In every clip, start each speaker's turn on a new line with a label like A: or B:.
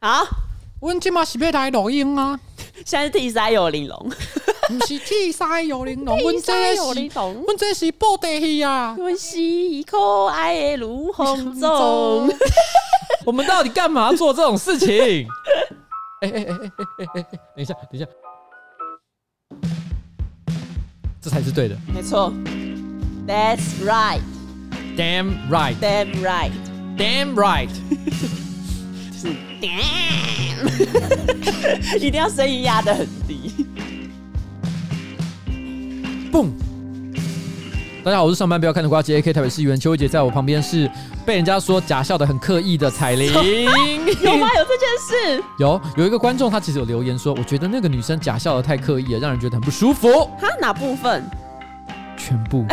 A: 啊，
B: 阮即马是要来录音啊，
A: 现在是 T 三有玲珑，
B: 毋是铁西有玲珑，阮这
A: 有玲
B: 是，
A: 珑，
B: 阮这是布袋戏啊。
A: 阮是可爱的卢红总。
C: 我们到底干嘛做这种事情？哎哎哎哎哎哎哎！等一下，等一下，这才是对的。
A: 没错，That's right,
C: Damn right,
A: damn right，
C: damn right。
A: 是 damn，一定要声音压得很低。
C: 蹦！大家好，我是上班不要看的瓜姐 AK 台北市议员邱慧杰，在我旁边是被人家说假笑的很刻意的彩玲。
A: 有吗？有这件事？
C: 有有一个观众他其实有留言说，我觉得那个女生假笑的太刻意了，让人觉得很不舒服。
A: 他哪部分？
C: 全部，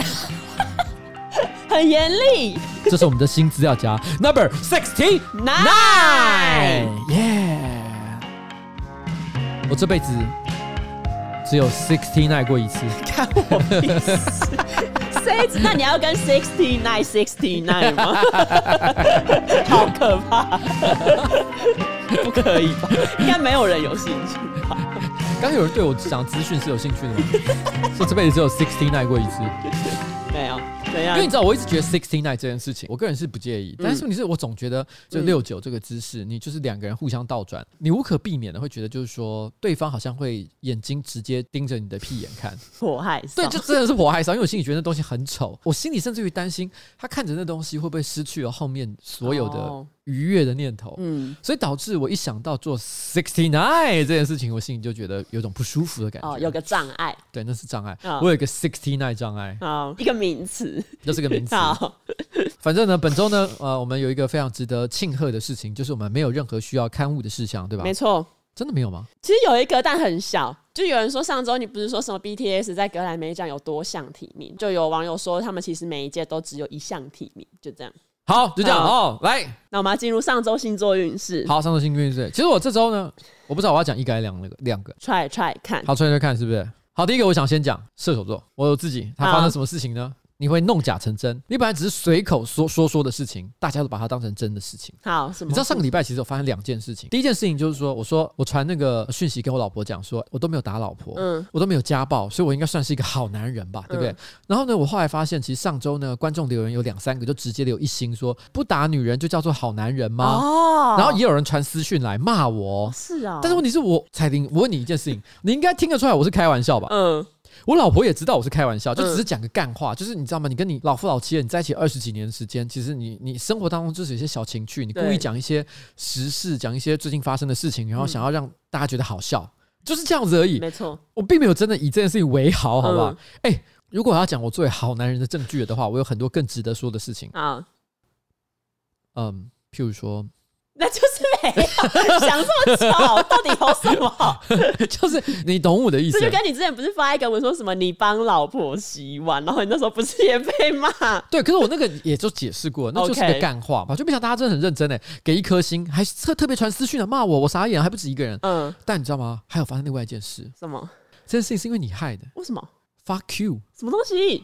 A: 很严厉。
C: 这是我们的新资料夹 number sixty
A: Nine，
C: 耶！我这辈子只有 sixty nine 过一次，
A: 看我屁事。Six，那你 要跟 sixty nine sixty nine 吗？好可怕，不可以吧？应该没有人有兴趣吧？
C: 刚刚有人对我讲资讯是有兴趣的吗？ 我这辈子只有 sixty nine 过一次，
A: 没有，怎样
C: 因为？你知道，我一直觉得 sixty nine 这件事情，我个人是不介意，但是你是我总觉得就
A: 嗯
C: 六九这个姿势，你就是两个人互相倒转，你无可避免的会觉得就是说，对方好像会眼睛直接盯着你的屁眼 看，
A: 迫害
C: 对，
A: 上
C: 就真的是我害臊，因为我心里觉得那东西很丑，我心里甚至于担心他看着那东西会不会失去了后面所有的
A: 哦
C: 愉悦的念头，
A: 嗯，
C: 所以导致我一想到做 sixty nine 这件事情，我心里就觉得有种不舒服的感觉。
A: 哦，有个障碍
C: 对，那是障碍，
A: 哦
C: 我有一个 sixty nine 障碍，
A: 哦，一个名词。
C: 这是个名词。
A: 好，
C: 反正呢，本周呢，呃，我们有一个非常值得庆贺的事情，就是我们没有任何需要刊物的事项，对吧
A: 没？错。
C: 真的没有吗？
A: 其实有一个，但很小。就有人说，上周你不是说什么 BTS 在格莱美奖有多项提名？就有网友说，他们其实每一届都只有一项提名，就这样。
C: 好，就这样
A: 好
C: 哦。来，
A: 那我们要进入上周星座运势，
C: 好，上周幸运是，其实我这周呢，我不知道我要讲一个还是两个，两个。
A: ，try try 看。
C: 好，吹吹看是不是？好，第一个我想先讲射手座，我有自己他发
A: 好
C: 生什么事情
A: 嗯
C: 呢？你会弄假成真，你本来只是随口说说说的事情，大家都把它当成真的事情。
A: 好，什么？嗯
C: 你知道上个礼拜其实我发生两件事情，第一件事情就是说，我说我传那个讯息跟我老婆讲说，我都没有打老婆，
A: 嗯
C: 我都没有家暴，所以我应该算是一个好男人吧，对不对？
A: 嗯
C: 然后呢，我后来发现，其实上周呢，观众留言有两三个就直接留一星说，不打女人就叫做好男人吗？
A: 哦
C: 啊然后也有人传私讯来骂我，
A: 是啊、
C: 但是问题是我彩玲，我问你一件事情，你应该听得出来我是开玩笑吧？
A: 嗯，
C: 我老婆也知道我是开玩笑，就
A: 嗯
C: 只是讲个干话，就是你知道吗？你跟你老夫老妻了，你在一起二十几年的时间，其实你你生活当中就是有一些小情趣，你故
A: 对
C: 意讲一些时事，讲一些最近发生的事情，然后
A: 嗯
C: 想要让大家觉得好笑，就是这样子而已。
A: 没错，
C: 我并没有真的以这件事情为豪，嗯好不好
A: 嗯？
C: 哎、如果我要讲我作为好男人的证据的话，我有很多更值得说的事情。
A: 啊，
C: 嗯，譬如说，
A: 那就是没有想这么吵，到底有什么好？
C: 就是你懂我的意思
A: 这。就跟你之前不是发一个文说什么你帮老婆洗碗，然后你那时候不是也被骂？
C: 对，可是我那个也就解释过，那就是
A: OK
C: 个干话吧，就没想到大家真的很认真哎，给一颗星，还特特别传私讯来骂我，我傻眼，还不止一个人。
A: 嗯，
C: 但你知道吗？还有发生另外一件事，
A: 什么？
C: 这件事情是因为你害的。
A: 为什么？
C: Fuck
A: 什么东西？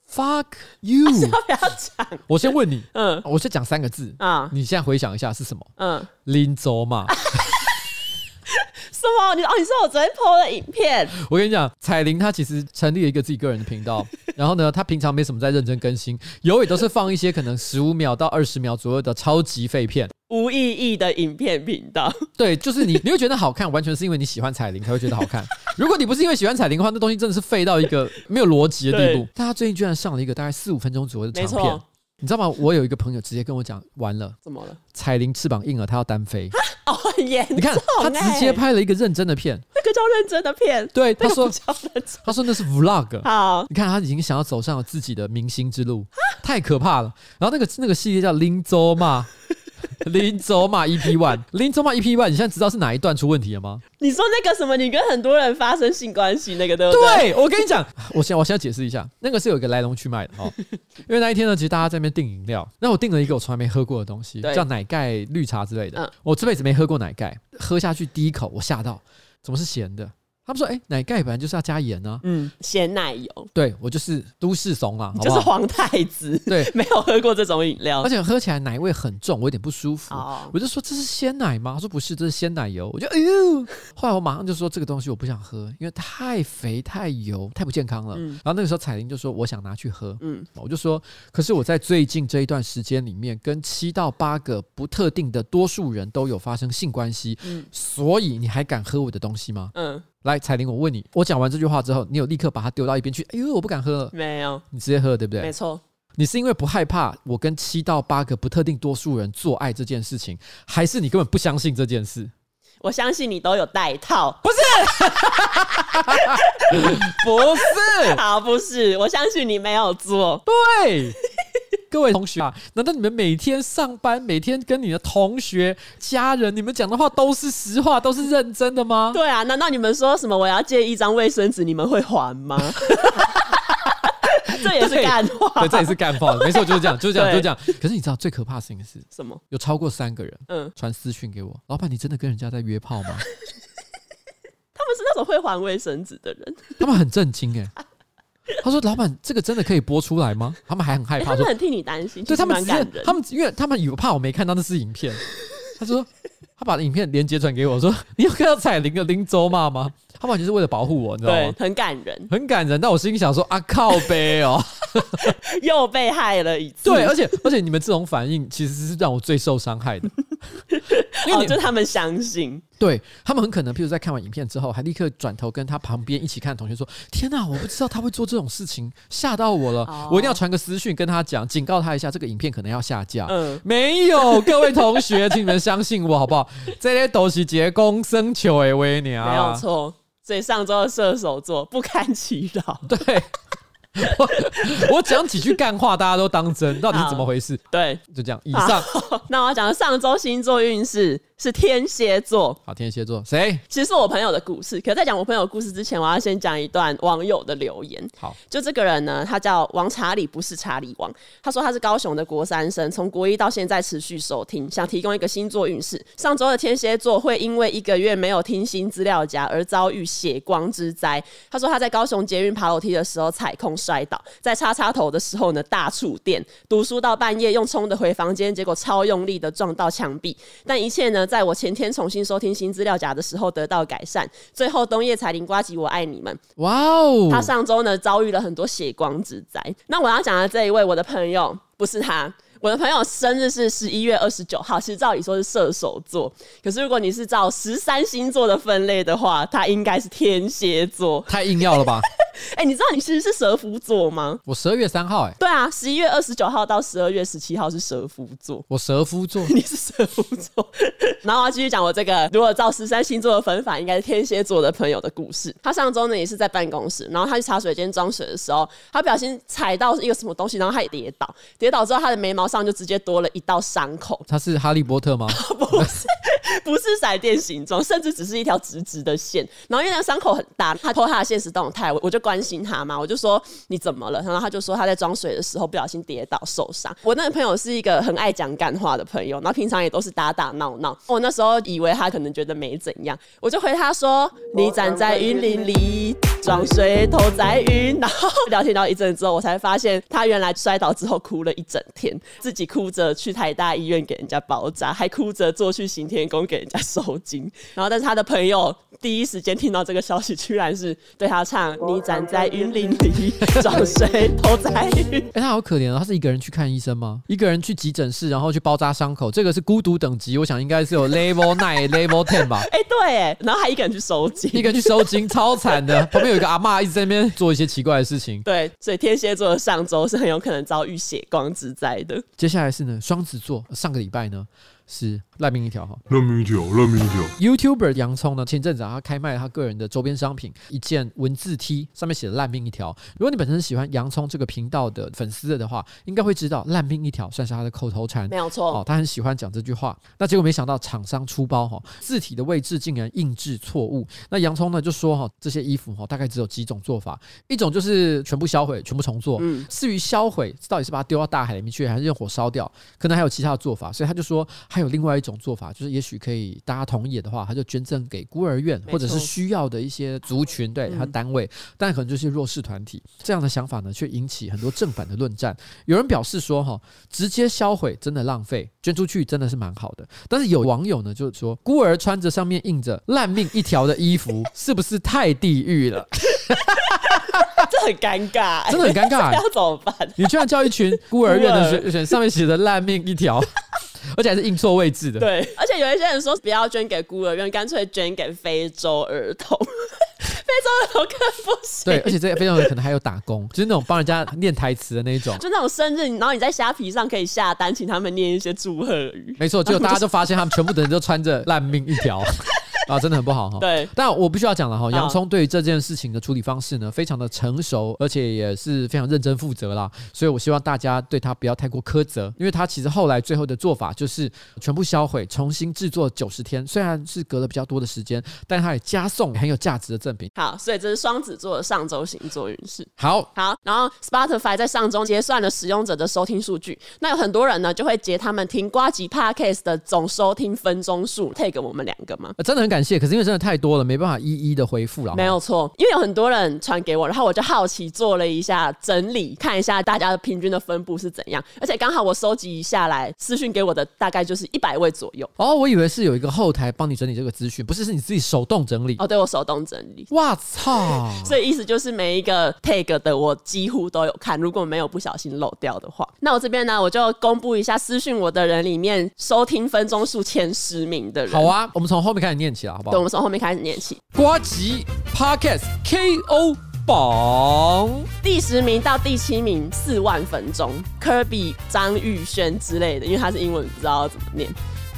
C: you，fuck you。
A: 要不要讲？
C: 我先问你，
A: 嗯
C: 我先讲三个字，
A: 啊
C: 你现在回想一下是什么？
A: 嗯，
C: 林州嘛。
A: 什么？你哦，你说我昨天 PO 的影片，
C: 我跟你讲，彩玲她其实成立了一个自己个人的 频道，然后呢，她平常没什么在认真更新，有也都是放一些可能十五秒到二十秒左右的超级废片。
A: 无意义的影片频道，
C: 对，就是你，你会觉得好看，完全是因为你喜欢彩铃才会觉得好看。如果你不是因为喜欢彩铃的话，那东西真的是废到一个没有逻辑的地步
A: 对。
C: 但他最近居然上了一个大概四五分钟左右的
A: 没
C: 长 片
A: 错，，
C: 你知道吗？我有一个朋友直接跟我讲，完了，
A: 怎么了？
C: 彩铃翅膀硬了，她要单 飞。
A: 哦，很严重、欸，
C: 你看，他直接拍了一个认真的片，
A: 那个叫认真的片，
C: 对，他
A: 那个
C: 说
A: 不，叫认真。
C: 他说那是 vlog。
A: 好，
C: 你看，他已经想要走上了自己的明星之路，太可怕了。然后那个那个系列叫林州嘛， 林州嘛 EP One，林州嘛 EP One，你现在知道是哪一段出问题了吗？
A: 你说那个什么，你跟很多人发生性关系那个，对不呃对？
C: 对，我跟你讲，我先我先解释一下，那个是有一个来龙去脉的 哦。因为那一天呢，其实大家在那边订饮料，那我订了一个我从来没喝过的东西，
A: 对
C: 叫奶盖绿茶之类的。
A: 嗯
C: 我这辈子没喝过奶盖，喝下去第一口我吓到，怎么是咸的？他们说，哎、奶盖本来就是要加盐啊。
A: 嗯，鲜奶油，
C: 对我就是都市怂啊，好
A: 你
C: 不
A: 就是
C: 好？
A: 皇太 子，
C: 对
A: 没有喝过这种饮料
C: 而。且喝起来奶味很重，我有点不舒服。
A: 哦
C: 我就说这是鲜奶吗？他说不是，这是鲜奶油。我就哎呦，后来我马上就说这个东西我不想喝，因为太肥、太油、太不健康了。
A: 嗯
C: 然后那个时候彩玲就说我想拿去喝，
A: 嗯，
C: 我就说可是我在最近这一段时间里面，跟七到八个不特定的多数人都有发生性关系，
A: 嗯
C: 所以你还敢喝我的东西吗？
A: 嗯，
C: 来，彩玲，我问你，我讲完这句话之后，你有立刻把它丢到一边去？哎呦，我不敢喝了，
A: 没有，
C: 你直接喝了，对不对？
A: 没错，
C: 你是因为不害怕我跟七到八个不特定多数人做爱这件事情，还是你根本不相信这件事？
A: 我相信你都有带套。
C: 不 是，
A: 好，不是，我相信你没有做。
C: 对。各位同学啊，难道你们每天上班，每天跟你的同学、家人，你们讲的话都是实话，都是认真的吗？
A: 对啊，难道你们说什么我要借一张卫生纸，你们会还 吗？这也是干话
C: 对，。这也是干话， 没错，就是这样，就是这样，就
A: 对
C: 是这样。可是你知道最可怕的事情是，
A: 什么？
C: 有超过三个人
A: 嗯，
C: 传私讯给我，老板，你真的跟人家在约炮吗？
A: 他们是那种会还卫生纸的人，
C: 他们很震惊哎、他说：“老板，这个真的可以播出来吗？”哎他们还很害
A: 欸
C: 怕
A: 他
C: 说
A: 们：“很替你担心，
C: 对
A: 其实
C: 他们
A: 蛮
C: 直
A: 感
C: 接，
A: 人。
C: 他们因为他们有怕我没看到那是影片， 他说他把影片连接传给我说， 你有看到彩铃的林州骂吗？他完全是为了保护我，你知道
A: 对
C: 吗？，
A: 很感人，
C: 很感人，但我心里想说啊靠 背哦，
A: 又被害了一次。
C: 对，而且而且你们这种反应其实是让我最受伤害 的，因为
A: 哦，
C: 你、
A: 就他们相信，
C: 对他们很可能，譬如在看完影片之后，还立刻转头跟他旁边一起看的同学说：“天哪、我不知道他会做这种事情，吓到我了，
A: 哦
C: 我一定要传个私讯跟他讲，警告他一下，这个影片可能要下架。”
A: 嗯，
C: 没有，各位同学，请你们相信我好不好？ 这些都是结公生求的威娘、
A: 没有。错。所以上周的射手座不堪其 扰，
C: 对，我我 讲几句干话，大家都当真，到底是怎么回事？
A: 对。哦
C: 就这样，以上。
A: 那我要讲的上周星座运势是天蝎座，
C: 好，天蝎座谁？
A: 其实是我朋友的故事。可在讲我朋友的故事之前，我要先讲一段网友的留言。
C: 好，
A: 就这个人呢，他叫王查理，不是查理王。他说他是高雄的国三生，从国一到现在持续收听，想提供一个星座运势。上周的天蝎座会因为一个月没有听新资料夹而遭遇血光之灾。他说他在高雄捷运爬楼梯的时候踩空摔倒，在叉叉头的时候呢大触电，读书到半夜用冲的回房间，结果超用力的撞到墙壁。但一切呢，在我前天重新收听新资料夹的时候得到改善。最后冬叶彩铃瓜吉，我爱你们。
C: 哇哦，
A: 他上周呢遭遇了很多血光之灾。那我要讲的这一位，我的朋友不是他。我的朋友生日是十一月二十九号，其实照理说是射手座，可是如果你是照十三星座的分类的话，他应该是天蝎座。
C: 太硬要了吧？
A: 哎、你知道你其实是蛇夫座吗？
C: 我十二月三号、哎，
A: 对啊，十一月二十九号到十二月十七号是蛇夫座。。
C: 我蛇夫座
A: 你是射手座。 然后我要继续讲我这个，如果照十三星座的分法，应该是天蝎座的朋友的故事。他上周呢也是在办公室，然后他去茶水间装水的时候，他不小心踩到一个什么东西，然后他也跌倒，跌倒之后他的眉毛上就直接多了一道伤口，
C: 他是哈利波 特吗？
A: 不是不是闪电形状，甚至只是一条直直的线。然后因为那个伤口很大，他偷他的现实动态，我我就关心他嘛，我就说你怎么了？然后他就说他在装水的时候不小心跌倒受伤。我那个朋友是一个很爱讲干话的朋友，然后平常也都是打打闹闹。我那时候以为他可能觉得没怎样，我就回他说你站在云林里。装水头在晕，然后聊天聊一阵之后，我才发现他原来摔倒之后哭了一整天，自己哭着去台大医院给人家包扎，还哭着坐去行天宫给人家收金。然后，但是他的朋友第一时间听到这个消息，居然是对他唱“你站在云林里， 装水头在晕
C: 哎、他好可怜哦，他是一个人去看医生吗？一个人去急诊室，然后去包扎伤口，这个是孤独等级，我想应该是有 level nine、level ten 吧”。。
A: 哎、 对，哎，然后还一个人去收金。
C: 一个人去收金，超惨的。 旁边有一个阿嬷一直在那边做一些奇怪的事情。
A: 对，所以天蝎座的上周是很有可能遭遇血光之灾的。
C: 接下来是呢，双子座，上个礼拜呢是赖命一条哈。
D: 乐米酒，乐米酒。
C: YouTuber 洋葱呢，前阵子啊，他开卖他个人的周边商品，一件文字 T，上面写的“烂命一条”。如果你本身喜欢洋葱这个频道的粉丝的话，应该会知道“烂命一条”算是他的口头禅
A: 没。有错，
C: 哦，他很喜欢讲这句话。那结果没想到厂商出包哈、字体的位置竟然印制错误。那洋葱呢就说哈、这些衣服哈、大概只有几种做法，一种就是全部销毁，全部重做。
A: 嗯
C: 至于销毁，到底是把它丢到大海里面去，还是用火烧掉，可能还有其他的做法。所以他就说，还有另外一种做法，就是也许可以大家同意的话，他就捐赠给孤儿院
A: 没错
C: 或者是需要的一些族群，对
A: 嗯
C: 他单位，但可能就是弱势团体。这样的想法呢，却引起很多正反的论战。有人表示说，哈，直接销毁真的浪费，捐出去真的是蛮好的。但是有网友呢，就是说，孤儿穿着上面印着“烂命一条”的衣服，是不是太地狱了？
A: 这很尴尬、
C: 啊真的很尴尬、欸
A: 这 要怎么办？
C: 你居然叫一群孤儿院的
A: 孤儿
C: 学生上面写着“烂命一条”， 而且还是印错位置的。
A: 对，而且有一些人说不要捐给孤儿院，干脆捐给非洲儿童。 非洲儿童更不行。
C: 对，而且这非常有可能还有打工， 就是那种帮人家念台词的那一种。
A: 就那种生日，然后你在虾皮上可以下单，请他们念一些祝贺语。
C: 没错，结果大家就发现他们全部的人都穿着烂命一条，啊，真的很不好哈。
A: 对，
C: 但我必须要讲了哈，洋葱对于这件事情的处理方式呢，非常的成熟，而且也是非常认真负责啦。所以我希望大家对他不要太过苛责，因为他其实后来最后的做法就是全部销毁，重新制作九十天，虽然是隔了比较多的时间，但他也加送很有价值的赠品。
A: 好，所以这是双子座的上周星座运势。
C: 好，
A: 好，然后 Spotify 在上周结算了使用者的收听数据，那有很多人呢就会截他们听瓜吉 Podcast 的总收听分钟数，take 我们两个嘛。
C: 呃真的很感谢，可是因为真的太多了，没办法一一的回复了。
A: 没有错，因为有很多人传给我，然后我就好奇做了一下整理，看一下大家的平均的分布是怎样。而且刚好我收集下来，私讯给我的大概就是一百位左右。
C: 哦，我以为是有一个后台帮你整理这个资讯，不是，是你自己手动整理。
A: 哦，对我手动整理，
C: 哇操！
A: 所以意思就是每一个 tag 的我几乎都有看，如果没有不小心漏掉的话，那我这边呢，我就公布一下私讯我的人里面收听分钟数前十名的人。
C: 好。啊，我们从后面开始念起了，好不
A: 对，我
C: 好？
A: 们从后面开始念起，
C: 瓜吉 Podcast KO 榜
A: 第十名到第七名四万分钟，Kirby、张玉轩之类的，因为他是英文，不知道怎么念。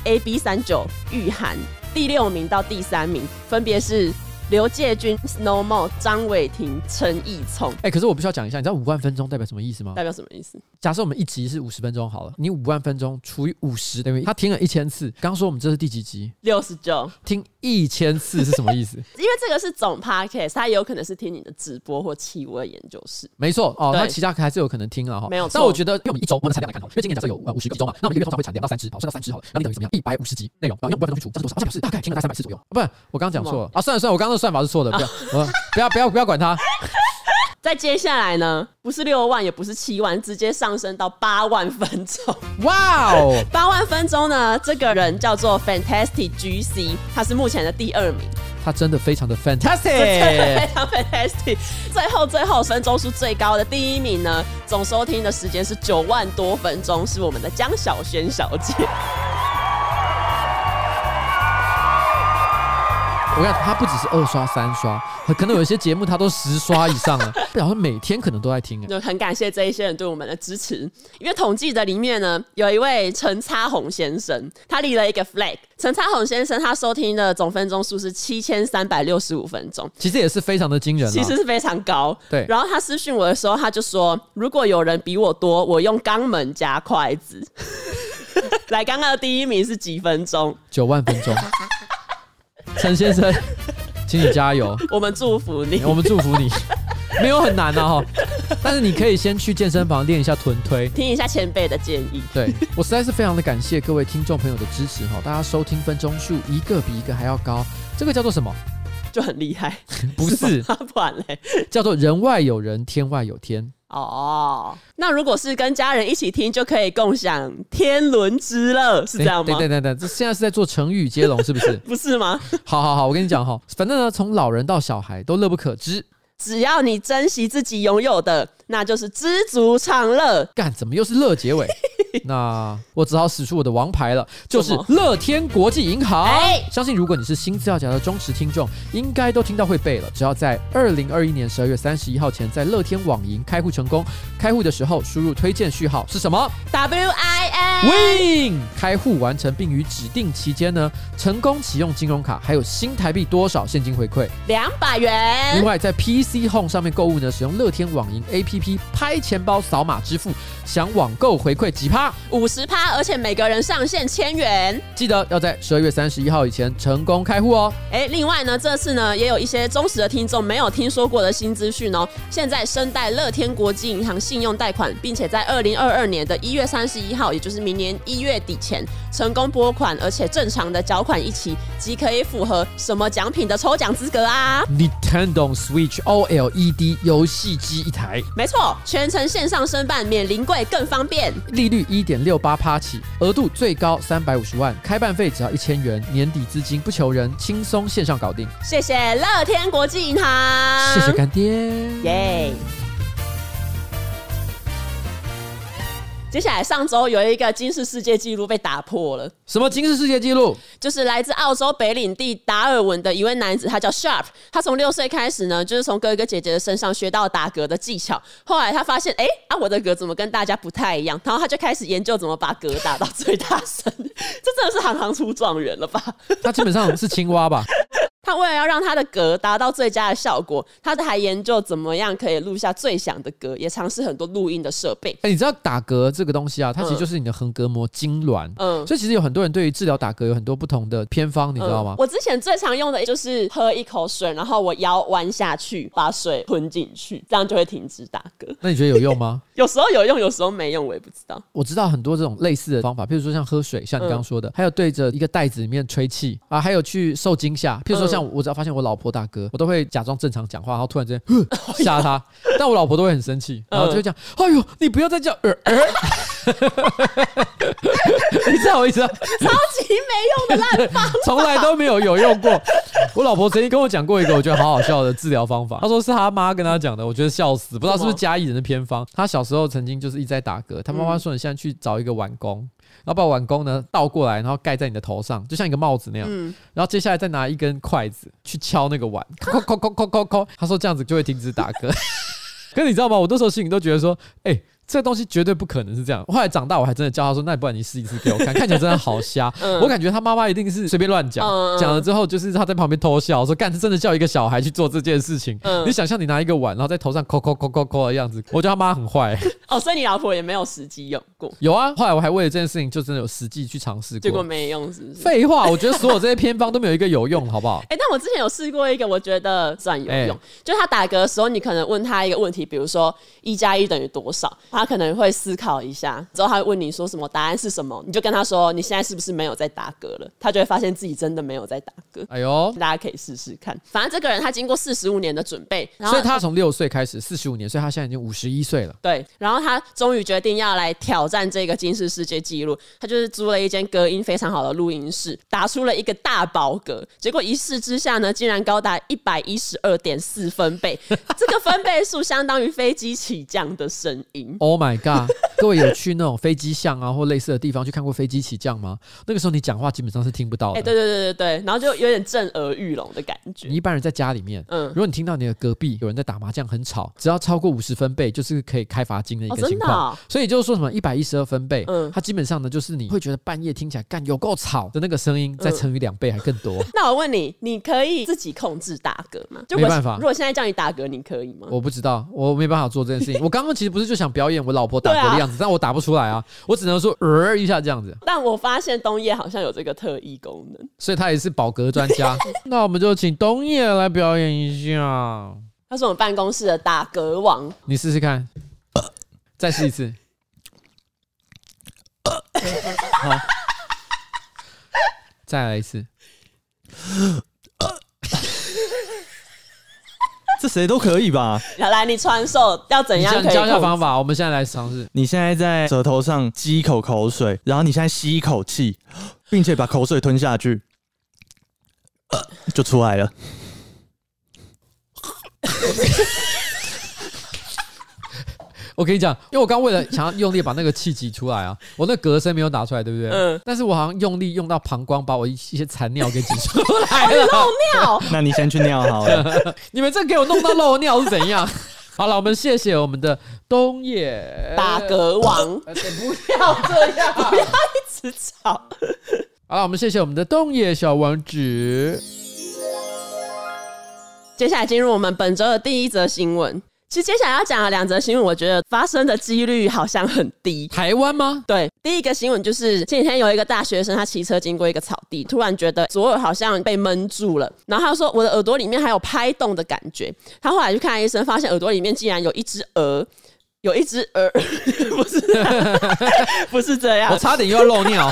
A: A B 三九玉涵，第六名到第三名分别是刘介军、Snowmo、张伟霆、陈义聪，
C: 哎、可是我必须要讲一下，你知道五万分钟代表什么意思吗
A: 代？表什么意思？
C: 假设我们一集是五十分钟好了，你五万分钟除以五十等于他听了一千次。刚说我们这是第几集？
A: 六十九。
C: 听一千次是什么意 思？
A: 因为这个是总 podcast，它也有可能是听你的直播或气味研究室。
C: 没错哦，
A: 对
C: 那其他还是有可能听了哈。
A: 没有错
C: 但我觉得，因为我们一周我们的产量来看哈，因为今年假设有呃五十个一周嘛，那我们一个月通常会产两到三支，好，算到三支好了，那你等于怎么样？一百五十集内容，然后用五万分钟去除，这是多少？这表示大概听了大概三百次左右。啊不是，我刚刚讲错了啊，算了算了，我刚刚的算法是错的，不要我不 要不要不要管它。
A: 再接下来呢，不是六万，也不是七万，直接上升到八万分钟。
C: 哇哦，
A: 八万分钟呢，这个人叫做 Fantastic GC，他是目前的第二名，
C: 它真的非常的 fantastic
A: 非。常 Fantastic。最后最后分钟数最高的第一名呢，总收听的时间是九万多分钟，是我们的江小萱小姐。
C: 我看它不只是二刷三刷，可能有一些节目它都十刷以上 了，然后每天可能都在听哎。
A: 就很感谢这一些人对我们的支持。因为统计的里面呢，有一位陈插红先生，他立了一个 flag。陈插红先生他收听的总分钟数是七千三百六十五分钟。
C: 其实也是非常的惊人啊
A: 其
C: 了
A: 实。是非常高，
C: 对
A: 然后他私讯我的时候，他就说：“如果有人比我多，我用肛门夹筷子。” 来，刚刚的第一名是几分钟？
C: 九万分 钟，陈先生，请你加油。
A: 我们祝福你。
C: 我们祝福你，没有很难啊哈，但是你可以先去健身房练一下臀推。
A: 听一下前辈的建议，
C: 对我实在是非常的感谢各位听众朋友的支持哈，大家收听分钟数一个比一个还要高，这个叫做什么？
A: 就很厉害。
C: 不是，
A: 吗不然嘞，
C: 叫做人外有人，天外有天。
A: 哦，那如果是跟家人一起听，就可以共享天伦之乐，是这样吗？
C: 等？等等等，这现在是在做成语接龙是不是
A: 不是吗？
C: 好好好，我跟你讲哈，反正呢，从老人到小孩都乐不可支。
A: 只要你珍惜自己拥有的，那就是知足常乐。
C: 干，怎么又是乐结尾？那我只好使出我的王牌了，就是
A: 什么
C: 乐天国际银行。
A: 哎
C: 相信如果你是新资料夹的忠实听众，应该都听到会背了。只要在二零二一年十二月三十一号前，在乐天网银开户成功，开户的时候输入推荐序号是什么
A: W I N，
C: ？Win！开户完成并于指定期间呢，成功启用金融卡，还有新台币多少现金回馈。
A: 两百
C: 另
A: 元。
C: 外，在 PC Home 上面购物呢，使用乐天网银 APP 拍钱包扫码支付，享网购回馈几趴。趴。
A: 五十趴，而且每个人上限千元。
C: 记得要在十二月三十一号以前成功开户哦。
A: 哎，另外呢，这次呢也有一些忠实的听众没有听说过的新资讯哦。现在申贷乐天国际银行信用贷款，并且在二零二二年的一月三十一号，也就是明年一月底前成功拨款，而且正常的缴款一期，即可以符合什么奖品的抽奖资格啊？
C: Nintendo Switch OLED 游戏机一台，
A: 没错，全程线上申办，免临柜更方便。
C: 利率一点六八趴起，额度最高三百五十万，开办费只要一千元，年底资金不求人，轻松线上搞定。
A: 谢谢乐天国际银行，
C: 谢谢干爹。
A: 啊耶接下来，上周有一个金氏世界纪录被打破了，
C: 什么金氏世界纪录？
A: 就是来自澳洲北领地达尔文的一位男子，他叫 Sharp。他从六岁开始呢，就是从哥哥姐姐的身上学到打嗝的技巧。后来他发现，哎、啊，我的嗝怎么跟大家不太一样？然后他就开始研究怎么把嗝打到最大声。 这真的是行行出状元了吧？
C: 他基本上是青蛙吧？
A: 他为了要让他的嗝达到最佳的效果，他还研究怎么样可以录下最响的嗝，也尝试很多录音的设备。
C: 哎、你知道打嗝这个东西啊，它其实就是你的横膈膜痉挛。
A: 嗯
C: 所以其实有很多人对于治疗打嗝有很多不同的偏方，你知道吗
A: 嗯？我之前最常用的就是喝一口水，然后我腰弯下去，把水吞进去，这样就会停止打嗝。
C: 那你觉得有用吗？
A: 有时候有用，有时候没用，我也不知道。
C: 我知道很多这种类似的方法，譬如说像喝水，像你刚刚说
A: 嗯
C: 的，还有对着一个袋子里面吹气啊，还有去受惊吓。譬如说
A: 嗯
C: 像我，我只要发现我老婆打嗝，我都会假装正常讲话，然后突 然之间呵吓
A: 哎
C: 她，但我老婆都会很生气，
A: 嗯
C: 然后就会讲：“哎呦，你不要再叫呃呃。” 你知道我意思啊？
A: 超级没用的烂方。
C: 从来都没有有用过。我老婆曾经跟我讲过一个我觉得好好笑的治疗方法，她说是她妈跟她讲的，我觉得笑死，不知道是不是嘉义人的偏方。她小时候曾经就是一直在打嗝，她妈妈说你现在去找一个碗弓，然后把碗弓呢倒过来，然后盖在你的头上，就像一个帽子那样。然后接下来再拿一根筷子去敲那个碗，敲敲敲敲敲敲。她说这样子就会停止打嗝。可是你知道吗？我那时候心里都觉得说，哎、这东西绝对不可能是这样。后来长大，我还真的教他说：“那你不然你试一次给我 看，看起来真的好瞎。我感觉他妈妈一定是随便乱讲，
A: 嗯嗯
C: 讲了之后就是他在旁边偷笑，说：“干，这真的叫一个小孩去做这件事情。
A: 嗯
C: 你想象你拿一个碗，然后在头上抠抠抠抠抠的样子，我觉得他妈很 坏。
A: 哦，所以你老婆也没有实际用过，
C: 有啊，后来我还为了这件事情就真的有实际去尝试
A: 结果
C: 过。
A: 没用，是不是？
C: 废话，我觉得所有这些偏方都没有一个有用，好不好？
A: 哎、但我之前有试过一个，我觉得算有用。
C: 哎
A: 就是他打嗝的时候，你可能问他一个问题，比如说一加一等于多少，他可能会思考一下，之后他会问你说什么答案是什么，你就跟他说你现在是不是没有在打嗝了，他就会发现自己真的没有在打嗝。
C: 哎呦，
A: 大家可以试试看，反正这个人他经过四十五年的准备，然后
C: 所以他从六岁开始，四十五年，所以他现在已经五十一岁了。
A: 对，然后他终于决定要来挑战这个金氏世界纪录。他就是租了一间隔音非常好的录音室，打出了一个大饱嗝。结果一试之下呢，竟然高达一百一十二点四分贝，这个分贝数相当于飞机起降的声音。
C: Oh my god！各位有去那种飞机巷啊或类似的地方去看过飞机起降吗？那个时候你讲话基本上是听不到
A: 哎、
C: 的。
A: 对对对对对，然后就有点震耳欲聋的感觉
C: 你。一般人在家里面，
A: 嗯
C: 如果你听到你的隔壁有人在打麻将很吵，只要超过五十分贝，就是可以开罚金的一
A: 哦
C: 个
A: 真
C: 情
A: 的
C: 况。
A: 哦
C: 所以就是说什么一百一十二分贝，
A: 嗯
C: 它基本上呢就是你会觉得半夜听起来干有够吵的那个声音，再乘以两倍还更 多。
A: 那我问你，你可以自己控制打嗝吗？就
C: 没
A: 我
C: 办法
A: 如果现在叫你打嗝，你可以吗？
C: 我不知道，我没办法做这件事情。我刚刚其实不是就想表演我老婆打
A: 对
C: 嗝
A: 啊
C: 的样子， 但我打不出来啊，我只能说呃一下这样子。
A: 但我发现冬叶好像有这个特异功能。
C: 所以他也是饱嗝专家。 那我们就请东野来表演一下，
A: 他是我们办公室的打嗝王，
C: 你试试看，再试 一次。好，再来一次。
D: 这谁都可以吧？
A: 来，你传授要怎
C: 你
A: 样
C: 教
A: 可
C: 你
A: 以
C: 教一下
A: 控
C: 方法，我们现在来尝试。
D: 你现在在舌头上吸一口口水，然后你现在吸一口气，并且把口水吞下去，呃就出来了。
C: 我跟你讲，因为我刚为了想要用力把那个气挤出来啊， 我那隔声没有打出来，对不对？
A: 嗯
C: 但是我好像用力用到膀胱，把我一些残尿给挤出来 了。呃
A: 尿？
D: 那你先去尿好了。
C: 你们这给我弄到漏尿是怎样？好了，我们谢谢我们的东野
A: 打嗝王，
C: 呃不
A: 要这样，不要一直吵。
C: 好了，我们谢谢我们的洞野小王子。
A: 接下来进入我们本周的第一则新闻。其实接下来要讲的两则新闻，我觉得发生的几率好像很低。
C: 台湾 吗？
A: 对，第一个新闻就是前几天有一个大学生，他骑车经过一个草地，突然觉得左耳好像被闷住了，然后他说我的耳朵里面还有拍动的感觉，他后来去看医生，发现耳朵里面竟然有一只鹅，有一只鹅， 不是 不是这样
C: 我，差点又要漏尿。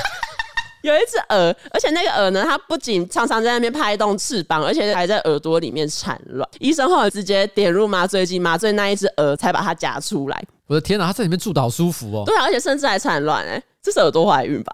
A: 有一只鹅，而且那个鹅呢，它不仅常常在那边拍动翅膀，而且还在耳朵里面产卵。医生后来直接点入麻醉剂，麻醉那一只鹅，才把它夹出来。
C: 我的天哪，他在里面住的好舒服哦。
A: 对啊，而且甚至还产卵、哎，这是耳朵怀孕吧？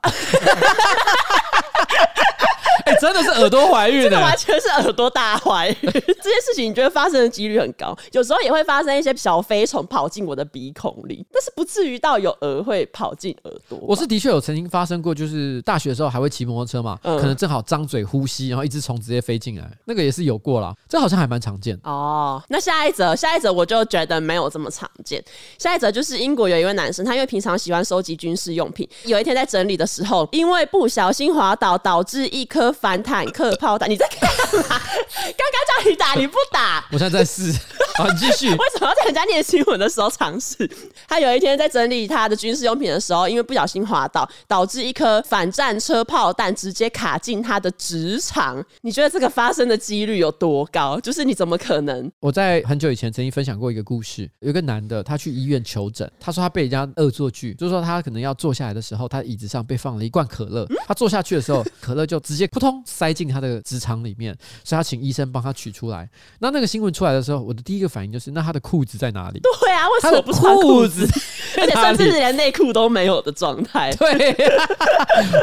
C: 哎、 真的是耳朵怀孕
A: 这
C: 的，
A: 完全是耳朵大怀孕。这件事情你觉得发生的几率很高，有时候也会发生一些小飞虫跑进我的鼻孔里，但是不至于到有鹅会跑进耳朵吧。
C: 我是的确有曾经发生过，就是大学的时候还会骑摩托车嘛，
A: 嗯
C: 可能正好张嘴呼吸，然后一只虫直接飞进来，那个也是有过啦，这好像还蛮常见的。
A: 哦，那下一则，下一则我就觉得没有这么常见。下一则就是英国有一位男生，他因为平常喜欢收集军事用品，有一天在整理的时候，因为不小心滑倒，导致一颗反坦克炮弹。你在干嘛？刚 刚叫你打你不打。
C: 我现在在试， 好，你继续。
A: 为什么要在人家念新闻的时候尝试？他有一天在整理他的军事用品的时候，因为不小心滑倒，导致一颗反战车炮弹直接卡进他的直肠。你觉得这个发生的几率有多高？就是你怎么可能
C: 我在很久以前曾经分享过一个故事，有一个男的他去医院求诊，他说他被人家恶作剧，就是说他可能要坐下来的时候，他椅子上被放了一罐可乐，
A: 嗯
C: 他坐下去的时候，可乐就直接扑通塞进他的直肠里面，所以他请医生帮他取出来。那那个新闻出来的时候，我的第一个反应就是，那他的裤子在哪里？
A: 对啊，为什
C: 他
A: 么
C: 的
A: 不穿裤
C: 裤
A: 子
C: 子？
A: 而且
C: 在哪
A: 甚
C: 里
A: 至连内裤都没有的状态。
C: 对，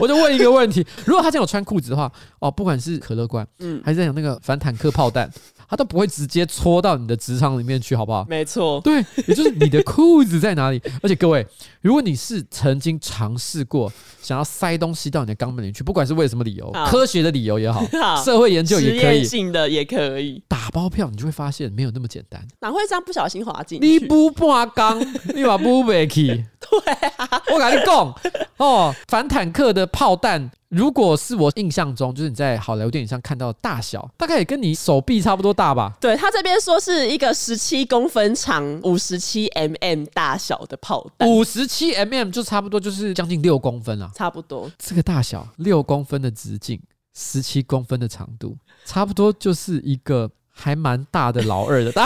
C: 我就问一个问题：如果他真有穿裤子的话，哦，不管是可乐罐，嗯，还是有那个反坦克炮弹，他都不会直接戳到你的直肠里面去，好不好？
A: 没错，
C: 对，也就是你的裤子在哪里。而且各位，如果你是曾经尝试过想要塞东西到你的肛门里去，不管是为什么理由
A: 好，
C: 科学的理由也好
A: 好，
C: 社会研究
A: 实
C: 也可
A: 验
C: 以，
A: 性的也可以，
C: 打包票你就会发现没有那么简单。
A: 哪会这样不小心滑进去？
C: 你不拔缸，你把不 背去。对啊，我跟你讲哦，反坦克的炮弹，如果是我印象中，就是你在好莱坞电影上看到的大小，大概也跟你手臂差不多大吧。
A: 对他这边说是一个十七公分长、五十七 mm 大小的炮弹，
C: 五十七 mm 就差不多就是将近六公分啊，
A: 差不 多。
C: 这个大小六公分的直径，十七公分的长度，差不多就是一个还蛮大的老二的 大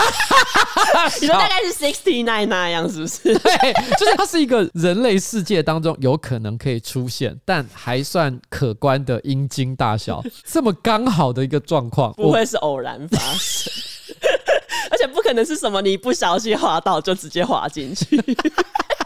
A: 你说大概是 sixty nine 那样是不 是？
C: 对，就是它是一个人类世界当中有可能可以出现，但还算可观的阴茎 大小，这么刚好的一个状况，
A: 不
C: 我
A: 会是偶然发生。 而且不可能是什么你不小心滑倒就直接滑进去，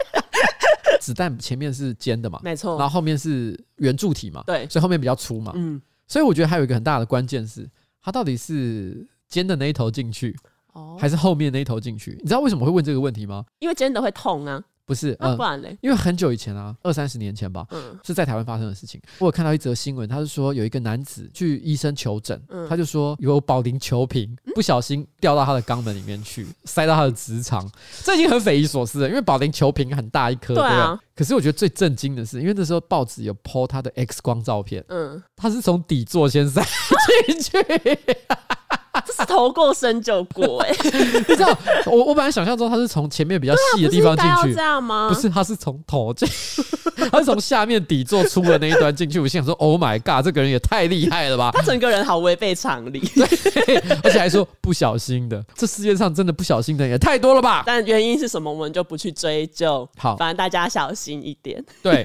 C: 子弹前面是尖的嘛，
A: 没错
C: 然后后面是圆柱体嘛，
A: 对
C: 所以后面比较粗嘛，
A: 嗯，
C: 所以我觉得还有一个很大的关键是，它到底是尖的那一头进去，
A: 哦，
C: 还是后面那一头进去？你知道为什么会问这个问题吗？
A: 因为真的会痛啊，
C: 不是，
A: 那
C: 嗯
A: 不，然嘞，
C: 因为很久以前啊，二三十年前吧，
A: 嗯，
C: 是在台湾发生的事情。我有看到一则新闻，他是说有一个男子去医生求诊，
A: 嗯
C: 他就说有保龄球瓶不小心掉到他的肛门里面去，塞到他的直肠，这已经很匪夷所思了。因为保龄球瓶很大一颗，
A: 对
C: 对
A: 啊
C: 不对可是我觉得最震惊的是，因为那时候报纸有 PO 他的 X 光照片，
A: 嗯，
C: 他是从底座先塞进 去。
A: 这是头过身就过 哎、
C: 你知道，我我本来想象中他是从前面比较细的地方进
A: 啊不是应该要
C: 去
A: 这，样吗？
C: 不是，他是从头进， 他是从下面底座出的那一端进去。我心想说，Oh my god，这个人也太厉害了吧！
A: 他整个人好违背常理，
C: 而且还说不小心的，这世界上真的不小心的也太多了 吧？
A: 但原因是什么，我们就不去追究。
C: 好
A: 反正大家小心一点。
C: 对，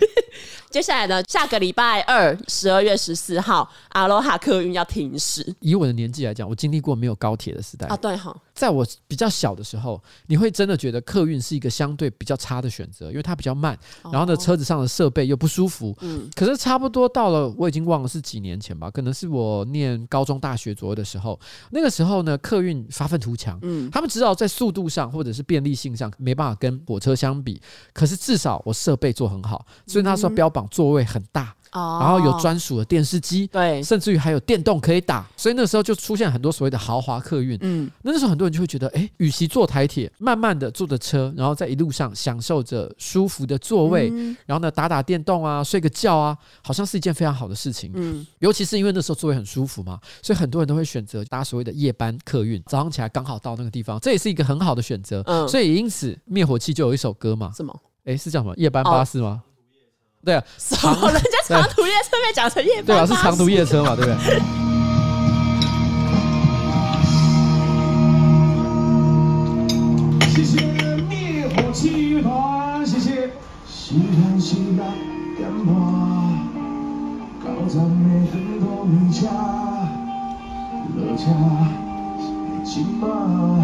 A: 接下来呢，下个礼拜二，十二月十四号，阿罗哈客运要停驶
C: 以我的年纪来讲，我经历过没有高铁的时代
A: 啊。。对哈，
C: 在我比较小的时候，你会真的觉得客运是一个相对比较差的选择，因为它比较慢，
A: 哦
C: 然后呢，车子上的设备又不舒服。
A: 嗯
C: 可是差不多到了，我已经忘了是几年前吧，可能是我念高中、大学左右的时候。那个时候呢，客运发愤图强，
A: 嗯，
C: 他们知道在速度上或者是便利性上没办法跟火车相比，可是至少我设备做很好，所以那时候标榜坊座位很大，
A: 嗯哦
C: 然后有专属的电视机，
A: 对，
C: 甚至于还有电动可以打，所以那时候就出现很多所谓的豪华客运。
A: 嗯，
C: 那那时候很多人就会觉得，哎、与其坐台铁，慢慢的坐着车，然后在一路上享受着舒服的座位，
A: 嗯
C: 然后呢打打电动啊，睡个觉啊，好像是一件非常好的事情。
A: 嗯，
C: 尤其是因为那时候座位很舒服嘛，所以很多人都会选择搭所谓的夜班客运，早上起来刚好到那个地方，这也是一个很好的选择。
A: 嗯
C: 所以因此灭火器就有一首歌嘛，
A: 什么？
C: 诶，是叫什么？夜
A: 哦
C: 班巴士吗？对啊，
A: 什么？人家长途夜车被讲成夜班
C: 对啊，
A: 巴
C: 是
A: 士，
C: 长途夜车嘛，对不对？
E: 谢谢灭火器团，谢谢西安西安电话，高赞美很多米家，乐家金马，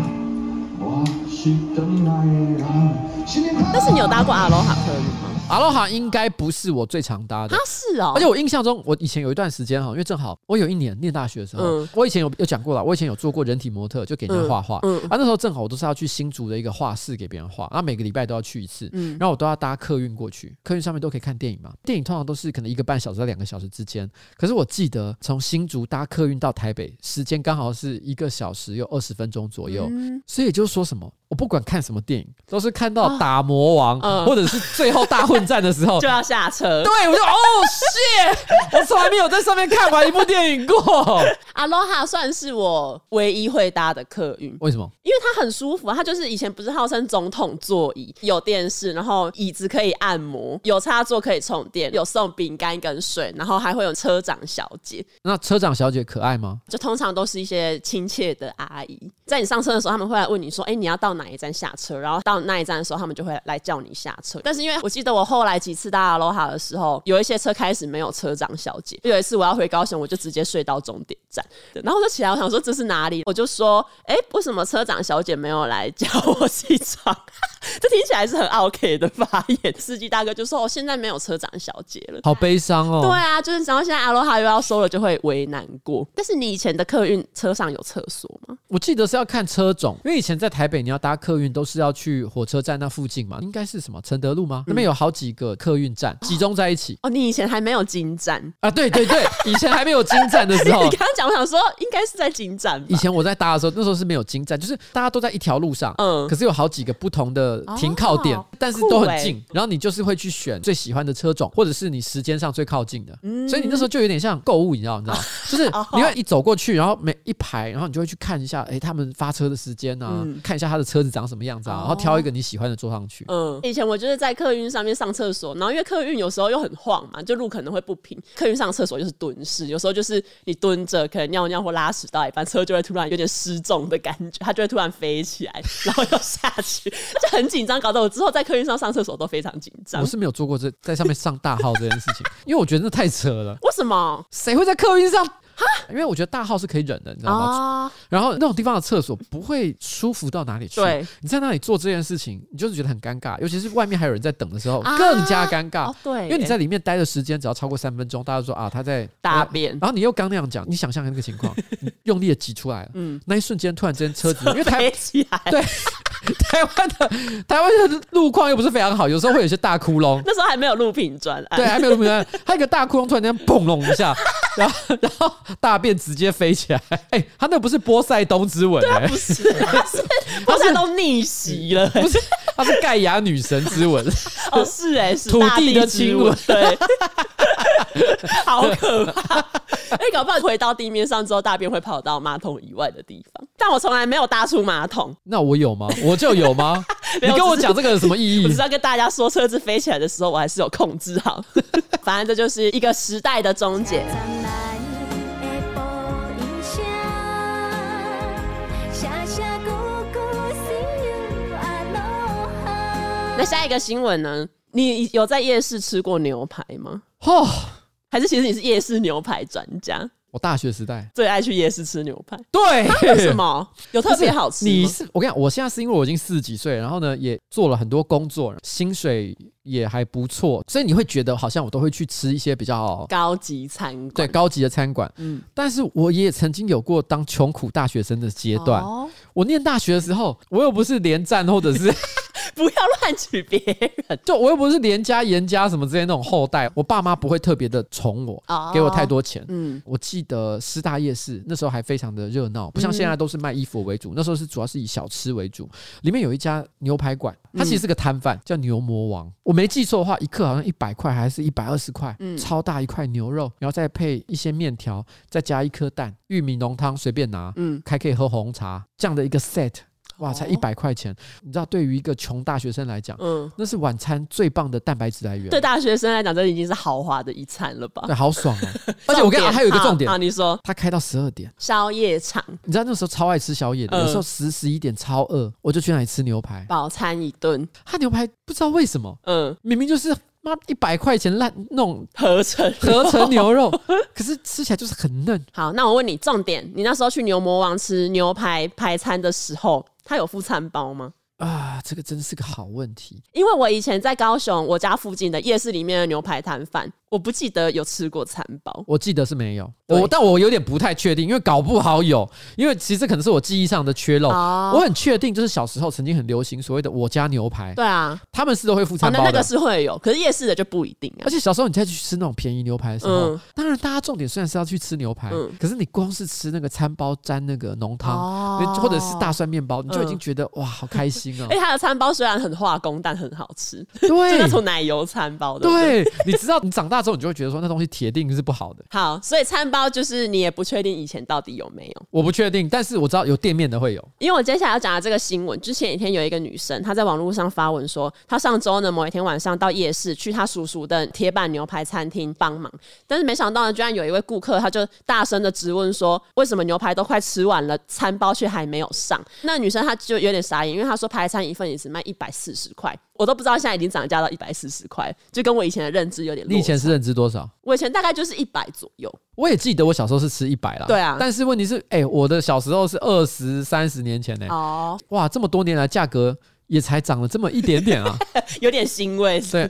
E: 我是等来人，新年快乐！
A: 但是你有搭过阿罗哈客运吗？
C: 阿罗哈应该不是我最常搭的
A: 啊。，是哦，
C: 而且我印象中，我以前有一段时间哈，因为正好我有一年念大学的时候，
A: 嗯
C: 我以前有有讲过了，我以前有做过人体模特，就给人家画画。
A: 嗯嗯
C: 啊，那时候正好我都是要去新竹的一个画室给别人画，然后每个礼拜都要去一次，
A: 嗯
C: 然后我都要搭客运过去，客运上面都可以看电影嘛，电影通常都是可能一个半小时到两个小时之间。可是我记得从新竹搭客运到台北，时间刚好是一个小时又二十分钟左右，
A: 嗯
C: 所以也就是说什么，我不管看什么电影，都是看到打魔王、
A: 哦嗯
C: 或者是最后大混战的时候
A: 就，要下车。
C: 对，我就哦 shit，我从来没有在上面看完一部电影过。
A: 阿罗哈算是我唯一会搭的客运，
C: 为什么？
A: 因为它很舒服啊。它就是以前不是号称总统座椅，有电视，然后椅子可以按摩，有插座可以充电，有送饼干跟水，然后还会有车长小姐。
C: 那车长小姐可爱吗？
A: 就通常都是一些亲切的阿姨，在你上车的时候，他们会来问你说：“哎、你要到哪一站下车？”然后到那一站的时候，他们就会来叫你下车。但是因为我记得我后来几次搭阿罗哈的时候，有一些车开始没有车长小姐。有一次我要回高雄，我就直接睡到终点站，对然后我就起来，我想说这是哪里？我就说：“哎、为什么车长小姐没有来叫我起床？” 这听起来是很 OK 的发言。司机大哥就说：“哦，现在没有车长小姐了。”
C: 好悲伤哦。
A: 对啊，就是然后现在阿罗哈又要收了，就会为难过。但是你以前的客运车上有厕所吗？
C: 我记得是要看车种，因为以前在台北你要搭客运都是要去火车站那附近嘛，应该是什么承德路吗？那边有好几个客运站集中在一起。
A: 哦，你以前还没有进站。
C: 啊，对对对，以前还没有金站的 时候
A: 你，刚刚讲，我想说应该是在进站
C: 以
A: 吧。
C: 前我在搭的时候，那时候是没有金站，就是大家都在一条路上，
A: 嗯
C: 可是有好几个不同的停靠点，
A: 哦
C: 但是都
A: 酷
C: 很
A: 欸
C: 近。然后你就是会去选最喜欢的车种，或者是你时间上最靠近的。
A: 嗯
C: 所以你那时候就有点像购物，你知道，你知道，
A: 哦
C: 就是你会一走过去，然后每一排，然后你就会去看一下，哎，他们发车的时间啊，看一下他的车子长什么样子啊，然后挑一个你喜欢的坐上去。
A: 哦嗯，以前我就是在客运上面上厕所，然后因为客运有时候又很晃嘛，就路可能会不平。客运上厕所就是蹲式，有时候就是你蹲着，可能尿尿或拉屎到一半，车就会突然有点失重的感觉，它就会突然飞起来，然后又下去，就很紧张，搞得我之后在客运上上厕所都非常紧张
C: 我。是没有做过这在上面上大号这件事情，因为我觉得那太扯了，
A: 为什么
C: 谁会在客运上？因为我觉得大号是可以忍的，你知道吗？
A: 啊？
C: 然后那种地方的厕所不会舒服到哪里去。
A: 对，
C: 你在那里做这件事情，你就是觉得很尴尬，尤其是外面还有人在等的时候，
A: 啊
C: 更加尴尬。
A: 哦对
C: 因为你在里面待的时间只要超过三分钟，大家就说啊他在呃
A: 大便
C: 然后你又刚那样讲，你想象那个 情况，你用力的挤出来了，嗯，那一瞬间突然之间车子，因为台
A: 飞起来。
C: 对 台湾的台湾的路况又不是非常好，有时候会有一些大窟窿，
A: 那时候还没有录屏专案，
C: 对，还没有那么难。他一个大窟窿突然间砰隆一下，然后然后大便直接飞起来。哎、他那不是波塞冬之吻、哎
A: 不是， 他是他现在都逆袭了，
C: 不是，他是盖亚女神之吻。
A: 哦，是哎，是
C: 土地
A: 大之
C: 的亲
A: 吻
C: 吻，
A: 对， 好可怕。哎，搞不好回到地面上之后，大便会跑到马桶以外的地方，但我从来没有搭出马桶。
C: 那我有吗？我就有吗？你
A: 没有
C: 跟我
A: 只是
C: 讲这个有什么意义
A: 我只？是要跟大家说，车子飞起来的时候，我还是有控制好。 反正这就是一个时代的终结。那下一个新闻呢？你有在夜市吃过牛排吗？
C: 哦，
A: 还是其实你是夜市牛排专家，
C: 我大学 时代
A: 最爱去夜市吃牛排？
C: 对，
A: 为什么？ 有特别好吃吗？
C: 你是我跟你讲，我现在是因为我已经四十几岁，然后呢也做了很多工作，薪水也还不错，所以你会觉得好像我都会去吃一些比较
A: 高级餐馆
C: 对高级的餐馆。嗯，但是我也曾经有过当穷苦大学生的阶段。
A: 哦
C: 我念大学的时候，我又不是连战或者是
A: 不要乱取别人。
C: 就我又不是连家、严家什么之类那种后代，我爸妈不会特别的宠我
A: 哦，
C: 给我太多钱。
A: 嗯，
C: 我记得师大夜市那时候还非常的热闹，不像现在都是卖衣服为主，那时候是主要是以小吃为主。里面有一家牛排馆，
A: 嗯
C: 它其实是个摊贩，叫牛魔王。我没记错的话，一克好像一百块还是一百二十块，超大一块牛肉，然后再配一些面条，再加一颗蛋，玉米浓汤随便拿，
A: 嗯哦
C: 还可以喝红茶，这样的一个 set。哇，才一百块钱！你知道，对于一个穷大学生来讲，
A: 嗯，
C: 那是晚餐最棒的蛋白质来源。
A: 对大学生来讲，这已经是豪华的一餐了吧
C: 对，？好爽 哦！而且我跟你讲，还有一个重点
A: 啊，啊，你说
C: 他开到十二点。
A: 宵夜场
C: 你知道那时候超爱吃宵夜
A: 嗯
C: 的，有时候十十一点超饿，我就去那里吃牛排。
A: 饱餐一顿，
C: 他牛排不知道为什么，
A: 嗯，
C: 明明就是妈一百块钱烂那种
A: 合成
C: 合成牛肉，可是吃起来就是很嫩。
A: 好，那我问你重点，你那时候去牛魔王吃牛排排餐的时候，他有附餐包吗？
C: 啊，这个真是个好问题。
A: 因为我以前在高雄我家附近的夜市里面的牛排摊贩，我不记得有吃过餐包。
C: 我记得是没有，
A: 对
C: 我但我有点不太确定，因为搞不好有，因为其实可能是我记忆上的缺漏。
A: 哦
C: 我很确定，就是小时候曾经很流行所谓的我家牛排，
A: 对啊，
C: 他们是都会附
A: 哦，
C: 餐
A: 那那
C: 包的。哦
A: 个是会有，可是夜市的就不一定啊
C: 而。且小时候你再去吃那种便宜牛排的时候，
A: 嗯
C: 当然大家重点虽然是要去吃牛排，
A: 嗯
C: 可是你光是吃那个餐包沾那个浓汤，
A: 哦
C: 你或者是大蒜面包，你就已经觉得、哇好开心哦
A: 嗯 哎、。它的餐包虽然很化工，但很好吃，就那
C: 对
A: 种奶油餐包的。不。
C: 对，你知道你长大之后，你就会觉得说那东西铁定是不好的。
A: 好，所以餐包就是你也不确定以前到底有没有。
C: 我不确定，但是我知道有店面的会有。
A: 因为我接下来要讲的这个新闻，之前几天有一个女生，她在网络上发文说，她上周呢某一天晚上到夜市去她叔叔的铁板牛排餐厅帮忙，但是没想到呢，居然有一位顾客，他就大声的质问说，为什么牛排都快吃完了，餐包却还没有上？那女生她就有点傻眼，因为她说排餐一份也只卖一百四十块，我都不知道现在已经涨价到一百四十块，就跟我以前的认知有点落差。
C: 你以前是认知多少？
A: 我以前大概就是一百左右，
C: 我也记得我小时候是吃一百啦，
A: 对啊
C: 但是问题是，哎、我的小时候是二十三十年前呢、
A: 哦，
C: 哇，这么多年来价格也才涨了这么一点点啊。
A: 有点欣慰。
C: 对，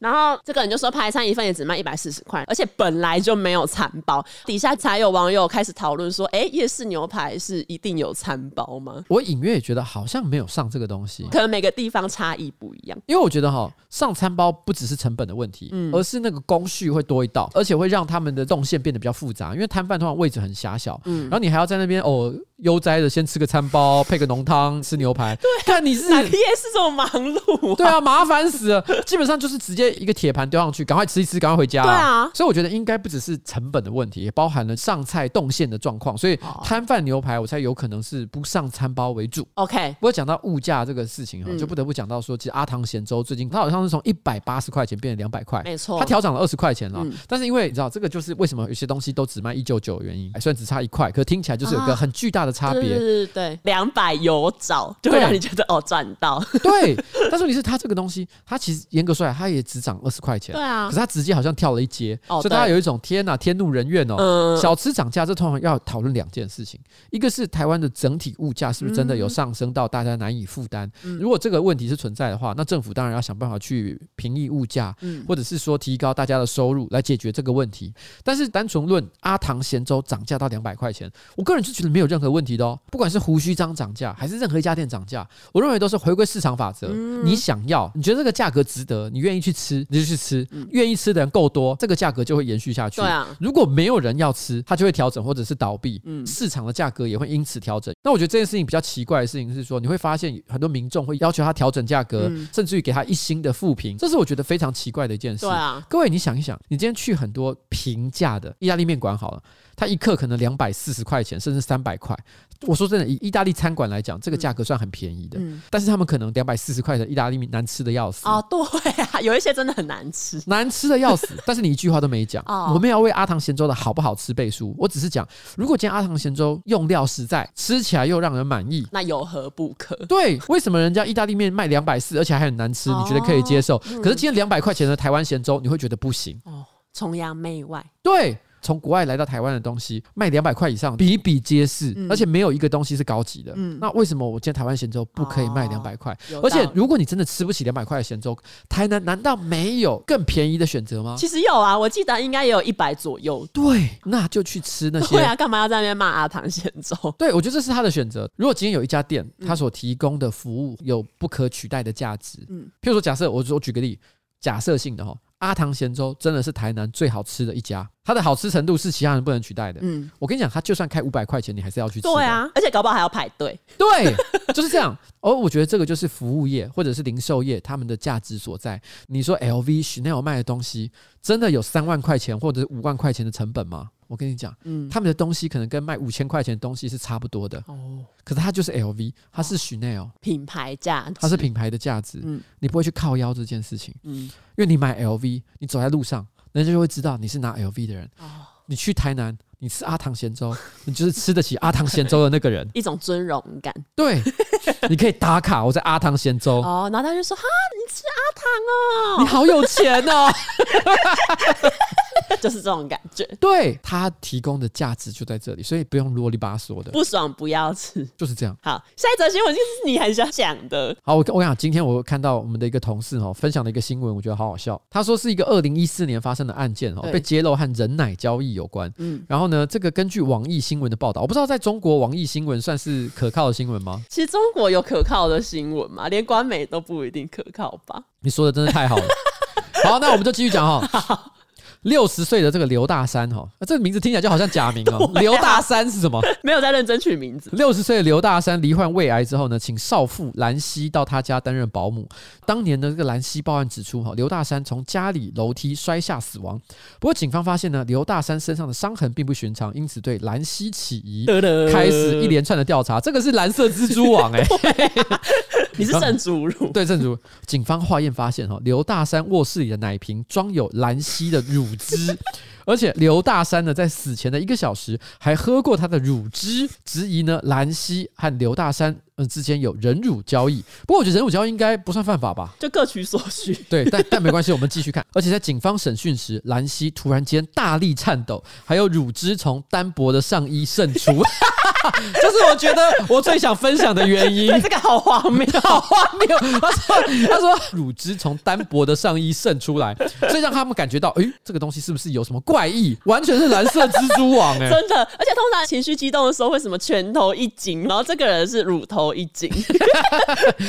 A: 然后这个人就说排餐一份也只卖一百四十块，而且本来就没有餐包。底下才有网友开始讨论说，哎，夜市牛排是一定有餐包吗？
C: 我隐约也觉得好像没有上这个东西，
A: 可能每个地方差异不一样。
C: 因为我觉得哈，上餐包不只是成本的问题，
A: 嗯
C: 而是那个工序会多一道，而且会让他们的动线变得比较复杂。因为摊贩通常位置很狭小，
A: 嗯
C: 然后你还要在那边哦悠哉的先吃个餐 包，配个浓汤，吃牛排。对、看你是
A: 啊哪个夜市这么忙碌、啊？
C: 对啊，麻烦死了。基本上就是直接一个铁盘丢上去，赶快吃一吃，赶快回家、
A: 对啊
C: 所以我觉得应该不只是成本的问题，也包含了上菜动线的状况。所以
A: 哦
C: 摊贩牛排，我猜有可能是不上餐包为主。
A: OK，
C: 不过讲到物价这个事情
A: 嗯
C: 哈，就不得不讲到说，其实阿唐咸粥最近它好像是从一百八十块钱变成两百块，
A: 没错嗯
C: 它调涨了二十块钱了。但是因为你知道，这个就是为什么有些东西都只卖一九九的原因，哎虽然只差一块，可听起来就是有个很巨大的差
A: 对啊对
C: 别。
A: 对对，两百有找，就会
C: 对
A: 让你觉得哦赚到。
C: 对，但是问题是它这个东西，它其实严格说来，它也只涨二十块钱。
A: 对啊
C: 可是它直接好像跳了一阶，
A: 哦
C: 所以大家
A: 对
C: 有一种天呐，天怒人怨哦。
A: 嗯
C: 小吃涨价，这通常要讨论两件事情，一个是台湾的整体物价是不是真的有上升到大家难以负担？
A: 嗯
C: 如果这个问题是存在的话，那政府当然要想办法去平抑物价，
A: 嗯
C: 或者是说提高大家的收入来解决这个问题。但是单纯论阿唐咸粥涨价到两百块钱，我个人是觉得没有任何问题的哦。不管是胡须章涨价，还是任何一家店涨价，我认为都是回归市场法则。
A: 嗯
C: 你想要，你觉得这个价格值得，你愿意去吃，你就去吃；愿意吃的人够多，这个价格就会延续下去。
A: 嗯对啊
C: 如果没有人要吃，它就会调整或者是倒闭，
A: 嗯
C: 市场的价格也会因此调整。那我觉得这件事情比较奇怪的事情是说，你会发现很多民众会要求它调整价格，
A: 嗯
C: 甚至于给它一星的负评，这是我觉得非常奇怪的一件事。
A: 对啊
C: 各位，你想一想，你今天去很多平价的意大利面馆好了，它一克可能两百四十块钱，甚至三百块。我说真的，以意大利餐馆来讲，这个价格算很便宜的，
A: 嗯
C: 但是他们可能两百四十块的意大利面难吃的要死。
A: 哦，对啊， 有一些真的很难吃。
C: 难吃的要死，但是你一句话都没讲。
A: 哦
C: 我没有为阿唐咸粥的好不好吃背书，我只是讲，如果今天阿唐咸粥用料实在，吃起来又让人满意，
A: 那有何不可？
C: 对，为什么人家意大利面卖两百四，而且还很难
A: 哦
C: 吃，你觉得可以接受？可是今天两百块钱的台湾咸粥，你会觉得不行？
A: 哦，崇洋媚外。
C: 对。从国外来到台湾的东西卖两百块以上比比皆是，
A: 嗯
C: 而且没有一个东西是高级的。
A: 嗯
C: 那为什么我见台湾咸粥不可以卖
A: 哦
C: 两百块？
A: 有
C: 而且
A: 道理
C: 如果你真的吃不起两百块的咸粥，台南难道没有更便宜的选择吗？
A: 其实有啊，我记得应该也有一百左右。
C: 对，那就去吃那些
A: 对啊，干嘛要在那边骂阿唐咸粥？
C: 对，我觉得 这是他的选择。如果今天有一家店，
A: 嗯
C: 它所提供的服务有不可取代的价值，嗯
A: 嗯，
C: 譬如说，假设我我举个例，假设性的哈，阿唐咸粥真的是台南最好吃的一家，它的好吃程度是其他人不能取代的。
A: 嗯，
C: 我跟你讲，它就算开五百块钱，你还是要去吃。
A: 对，啊，而且搞不好还要排队。
C: 对，就是这样。 而、我觉得这个就是服务业或者是零售业他们的价值所在。你说 LV、Chanel 卖的东西，真的有三万块钱或者五万块钱的成本吗？我跟你讲，
A: 嗯，
C: 他们的东西可能跟卖五千块钱的东西是差不多的。
A: 哦，
C: 可是它就是 LV，它是 Chanel，
A: 品牌价值，
C: 它是品牌的价值，
A: 哦嗯
C: 你不会去靠腰这件事情，
A: 嗯，
C: 因为你买 LV，你走在路上，人家就会知道你是拿 LV 的人。
A: 哦，。
C: 你去台南，你吃阿唐咸粥，你就是吃得起阿唐咸粥的那个人
A: 一种尊荣感。
C: 对，你可以打卡，我在阿唐咸粥。
A: 哦，然后他就说哈， 你吃阿唐哦，
C: 你好有钱 哦！
A: 就是这种感觉，
C: 对他提供的价值就在这里，所以不用啰里吧嗦的，
A: 不爽不要吃。
C: 就是这样。
A: 好，下一则新闻就是你很想讲的，
C: 好，我跟我跟你讲，今天我看到我们的一个同事哦，分享了一个新闻，我觉得好好笑。他说是一个二零一四年发生的案件哦，
A: 对
C: 被揭露和人奶交易有关。嗯
A: 嗯，
C: 然后呢，这个根据网易新闻的报道，我不知道在中国网易新闻算是可靠的新闻 吗？
A: 其实中国有可靠的新闻嘛，连官媒都不一定可靠吧？
C: 你说的真的太好了。好，那我们就继续讲哈。六十岁的这个刘大山哈、啊，这个名字听起来就好像假名哦。
A: 对啊
C: 刘大山是什么？
A: 没有在认真取名字，
C: 六十岁的刘大山罹患胃癌之后呢，请少妇兰溪到他家担任保姆。当年的这个兰溪报案指出，哈，刘大山从家里楼梯摔下死亡。不过警方发现呢，刘大山身上的伤痕并不寻常，因此对兰溪起疑，开始一连串的调查。这个是蓝色蜘蛛网哎、
A: 你是圣主乳，
C: 对，正如警方化验发现，哈，哦刘大山卧室里的奶瓶装有兰溪的乳汁，而且刘大山呢，在死前的一个小时还喝过他的乳汁，质疑呢兰溪和刘大山嗯之间有人乳交易。不过我觉得人乳交易应该不算犯法吧？
A: 就各取所 需。
C: 对，但但没关系，我们继续看。而且在警方审讯时，兰溪突然间大力颤抖，还有乳汁从单薄的上衣渗出， 这是我觉得我最想分享的原因。
A: 这个好荒 谬，
C: 好荒谬！ 他说，他说乳汁从单薄的上衣渗出来，所以让他们感觉到，诶，这个东西是不是有什么怪异？完全是蓝色蜘蛛网、 诶，
A: 真的。而且通常情绪激动的时候，会什么拳头一紧，然后这个人是乳头一 紧，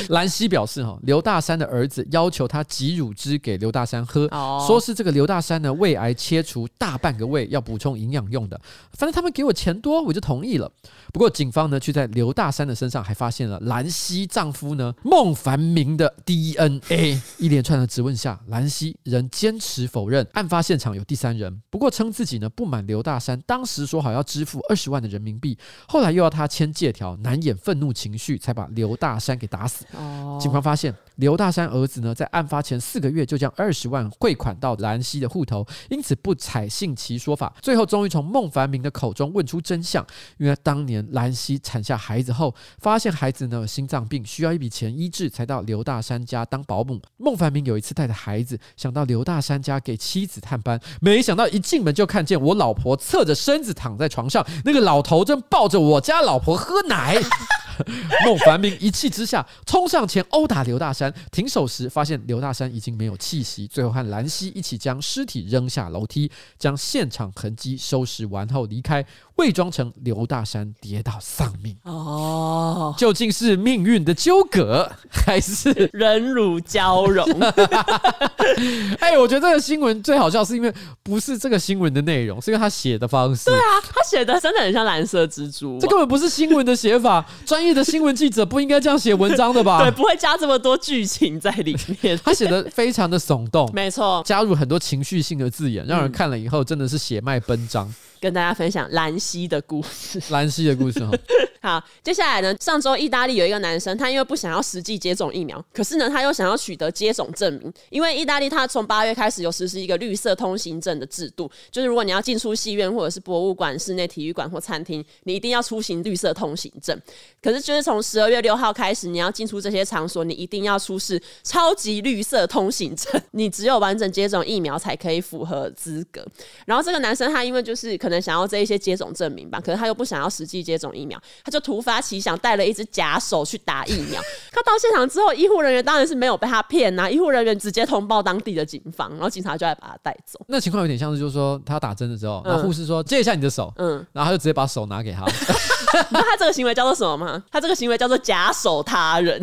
C: 兰溪表示，哈，刘大山的儿子要求他挤乳汁给刘大山喝，
A: 哦
C: 说是这个刘大山呢胃癌切除大半个胃，要补充营养用的。反正他们给我钱多，我就同意了。不过警方呢，却在刘大山的身上还发现了兰溪丈夫呢孟凡明的 DNA。一连串的质问下，兰溪仍坚持否认案发现场有第三人，不过称自己呢不满刘大山当时说好要支付二十万的人民币，后来又要他签借条，难掩愤怒情绪，才把刘大山给打死。
A: 哦
C: 警方发现刘大山儿子呢，在案发前四个月就将二十万汇款到兰溪的户头，因此不采信其说法。最后终于从孟凡明的口中问出真相，原来当年兰溪产下孩子后，发现孩子呢有心脏病，需要一笔钱医治，才到刘大山家当保姆。孟凡明有一次带着孩子，想到刘大山家给妻子探班，没想到一进门就看见我老婆侧着身子躺在床上，那个老头正抱着我家老婆喝奶。孟凡明一气之下冲上前殴打刘大山，停手时发现刘大山已经没有气息，最后和兰溪一起将尸体扔下楼梯，将现场痕迹收拾完后离开，伪装成刘大山跌倒丧命。
A: 哦，
C: 究竟是命运的纠葛，还是
A: 忍辱交融，
C: 哎、我觉得这个新闻最好笑，是因为不是这个新闻的内容，是因为他写的方式。对啊，
A: 他写的真的很像蓝色蜘蛛网，
C: 这根本不是新闻的写法，专业的新闻记者不应该这样写文章的 吧？。
A: 对，不会加这么多剧情在里面
C: 他写的非常的耸动。
A: 没错，
C: 加入很多情绪性的字眼，
A: 嗯
C: 让人看了以后真的是血脉奔张。
A: 跟大家分享兰溪的故事。
C: 兰溪的故事哈，
A: 好，接下来呢，上周意大利有一个男生，他因为不想要实际接种疫苗，可是呢，他又想要取得接种证明，因为意大利他从八月开始有实施一个绿色通行证的制度，就是如果你要进出戏院或者是博物馆、室内体育馆或餐厅，你一定要出行绿色通行证。可是就是从十二月六号开始，你要进出这些场所，你一定要出示超级绿色通行证，你只有完整接种疫苗才可以符合资格。然后这个男生他因为就是可能想要这一些接种证明吧，可是他又不想要实际接种疫苗，他就突发奇想带了一只假手去打疫苗。 他到现场之后，医护人员当然是没有被他骗呐、医护人员直接通报当地的警方，然后警察就来把他带走。
C: 那情况有点像是，就是说他打针的时候，然后
A: 嗯
C: 护士说借一下你的手，
A: 嗯，
C: 然后他就直接把手拿给他，
A: 你知道他这个行为叫做什么吗？他这个行为叫做假手他人。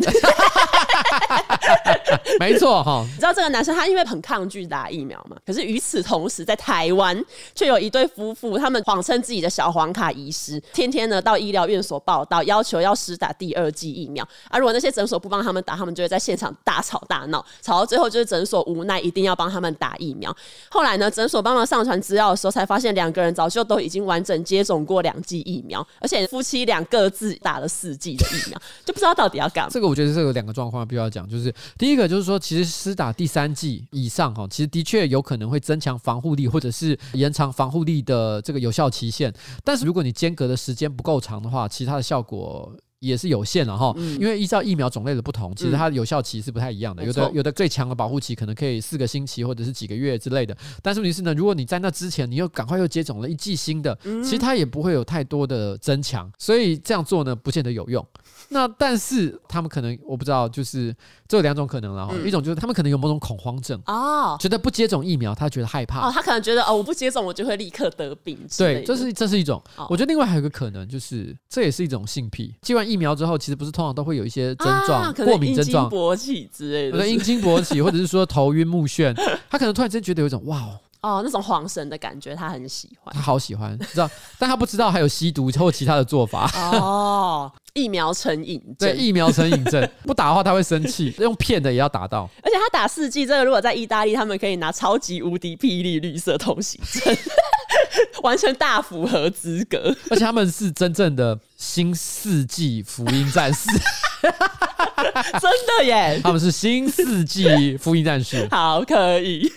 C: 没错哈，
A: 你知道这个男生他因为很抗拒打疫苗嘛，可是与此同时，在台湾却有一对夫妇，他们谎称自己的小黄卡遗失，天天呢到医疗院所报到，要求要施打第二剂疫苗。而、如果那些诊所不帮他们打，他们就会在现场大吵大闹，吵到最后就是诊所无奈一定要帮他们打疫苗。后来呢，诊所帮忙上传资料的时候，才发现两个人早就都已经完整接种过两剂疫苗，而且夫妻俩各自打了四剂的疫苗，就不知道到底要干嘛。
C: 这个我觉得是有两个状况必须要讲，就是第一个就是说，其实施打第三剂以上哈，其实的确有可能会增强防护力，或者是延长防护力的这个有效期限。但是如果你间隔的时间不够长的话，其他的效果。也是有限了哈，因为依照疫苗种类的不同，其实它的有效期是不太一样
A: 嗯
C: 的。
A: 没
C: 有
A: 错
C: 的有的最强的保护期可能可以四个星期或者是几个月之类的，但是问题是呢，如果你在那之前你又赶快又接种了一剂新的，
A: 嗯
C: 其实它也不会有太多的增强，所以这样做呢不见得有用。那但是他们可能我不知道，就是这有两种可能了、哈，
A: 嗯
C: 一种就是他们可能有某种恐慌症，
A: 哦
C: 觉得不接种疫苗他觉得害怕，
A: 哦，他可能觉得哦，我不接种我就会立刻得病之类的。
C: 对，这是这是一种。
A: 哦
C: 我觉得另外还有一个可能就是这也是一种性癖，接完疫苗之后，其实不是通常都会有一些症状，
A: 啊、可能
C: 过敏症状
A: 阴茎。勃起之类
C: 有的
A: 的。
C: 阴茎勃起，或者是说头晕 目眩，他可能突然间觉得有一种哇哦，
A: 哦，那种晃神的感觉，他很喜欢
C: 他。好喜欢，知道？但他不知道还有吸毒或其他的做
A: 啊
C: 法。
A: 哦，疫苗成瘾
C: 对，
A: 症。
C: 疫苗成瘾 症，不打的话他会生气，用骗的也要打到。
A: 而且他打四剂，这个如果在意大利，他们可以拿超级无敌霹雳绿色通行证， 完全大符合资格。
C: 而且他们是真正的新世纪福音战 士，
A: 真的耶！
C: 他们是新世纪福音战士。
A: 好，可以。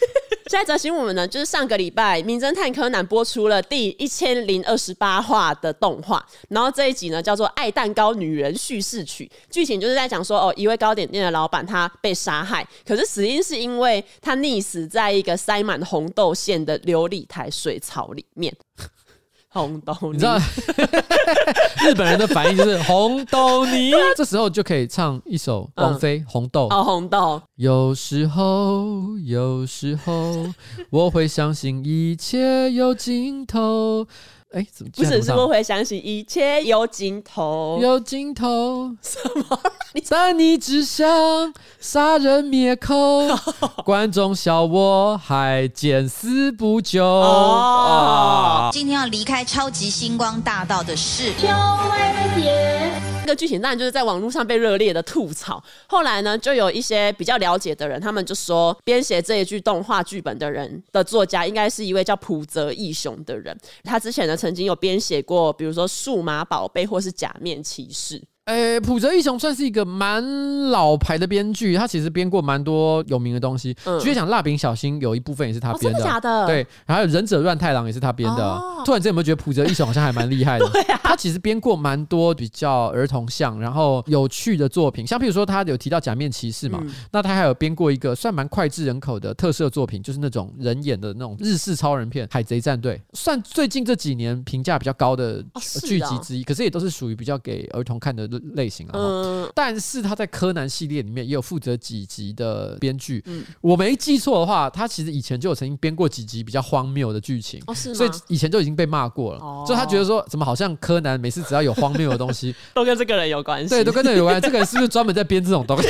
A: 下一则新闻呢，就是上个礼拜《名侦探柯南》播出了第一千零二十八话的动画，然后这一集呢叫做《爱蛋糕女人叙事曲》，剧情就是在讲说，哦，一位糕点店的老板他被杀害，可是死因是因为他溺死在一个塞满红豆馅的琉璃台水槽里面。红豆泥，
C: 你知道 日本人的反应就是红豆 泥，这时候就可以唱一首王菲《红豆》。
A: 哦，红豆，
C: 有时候，有时候我会相信一切有尽头。哎，怎么
A: 不
C: 现在
A: 是，是
C: 怎么
A: 我
C: 唱
A: 会相信一切有尽头。
C: 有尽头？什么？但你只想杀人灭 口，观众笑我还见死不救。
A: 哦
C: 啊
F: 今天要离开超级星光大道的是
A: 这个剧情当然就是在网络上被热烈的吐槽。后来呢，就有一些比较了解的人，他们就说，编写这一句动画剧本的人的作家，应该是一位叫浦泽义雄的人。他之前呢，曾经有编写过，比如说《数码宝贝》或是《假面骑士》。
C: 诶、浦泽义雄算是一个蛮老牌的编剧，他其实编过蛮多有名的东西。
A: 嗯
C: 举例讲，《蜡笔小新》有一部分也是他
A: 哦
C: 编的，啊
A: 真的假的
C: 对，还有《忍者乱太郎》也是他编的。
A: 哦
C: 突然间有没有觉得浦泽义雄好像还蛮厉害 的？对啊，他其实编过蛮多比较儿童向，然后有趣的作品，像譬如说他有提到《假面骑士》
A: 嗯
C: 嘛，那他还有编过一个算蛮脍炙人口的特摄作品，就是那种人演的那种日式超人片《海贼战队》，算最近这几年评价比较高的
A: 哦是
C: 剧集
A: 啊
C: 之一，可是也都是属于比较给儿童看的类型啊。
A: 嗯，
C: 但是他在柯南系列里面也有负责几集的编剧，
A: 嗯
C: 我没记错的话，他其实以前就有曾经编过几集比较荒谬的剧情，
A: 哦是吗
C: 所以以前就已经被骂过了，
A: 哦
C: 所以他觉得说怎么好像柯南每次只要有荒谬的 东西，
A: 都跟这个人有关系。
C: 对，都跟这有关，这个人是不是专门在编这种东 西？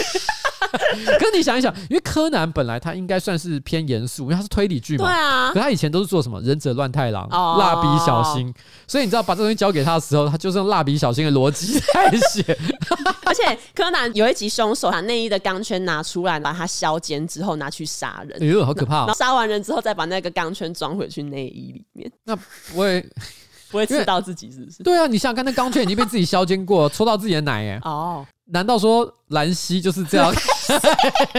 C: 可是你想一想，因为柯南本来他应该算是偏严肃，因为他是推理剧嘛，
A: 对啊
C: 可。他以前都是做什么忍者乱太郎、
A: 哦
C: 蜡笔小新，所以你知道把这东西交给他的时候，他就是用蜡笔小新的逻辑在 写。
A: 而且柯南有一集凶手把内衣的钢圈拿出来，把它削尖之后拿去杀人
C: 哎，呦，好可
A: 然
C: 怕、
A: 后
C: 哦！
A: 杀完人之后再把那个钢圈装回去内衣里面。
C: 那不会
A: 不会
C: 因
A: 吃
C: 为
A: 到自己是不是？
C: 对啊，你想想看，那钢圈已经被自己削尖过， 戳到自己的奶耶，
A: 哦，
C: 难道说兰溪就是 这样？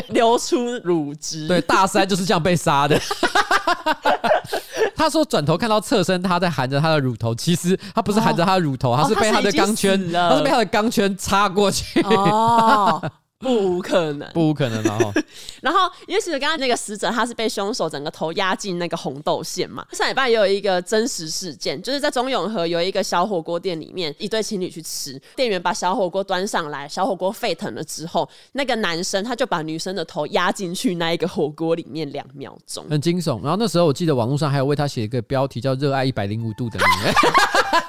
A: 流出乳汁，
C: 对，，大山就是这样被杀的。 他说转头看到侧身，他在含着他的乳头，其实他不是含着他的乳头，他是被他的钢圈
A: 哦他是已经，死了
C: 他是被他的钢圈插过 去，
A: 哦，不无可能。
C: 不可能啊了哈。
A: 然后，因为其实刚刚那个死者他是被凶手整个头压进那个红豆馅嘛。上礼拜也有一个真实事件，就是在中永和有一个小火锅店里面，一对情侣去吃，店员把小火锅端上来，小火锅沸腾了之后，那个男生他就把女生的头压进去那一个火锅里面两秒钟。
C: 很惊悚。然后那时候我记得网络上还有为他写一个标题叫“热爱一百零五度的你哎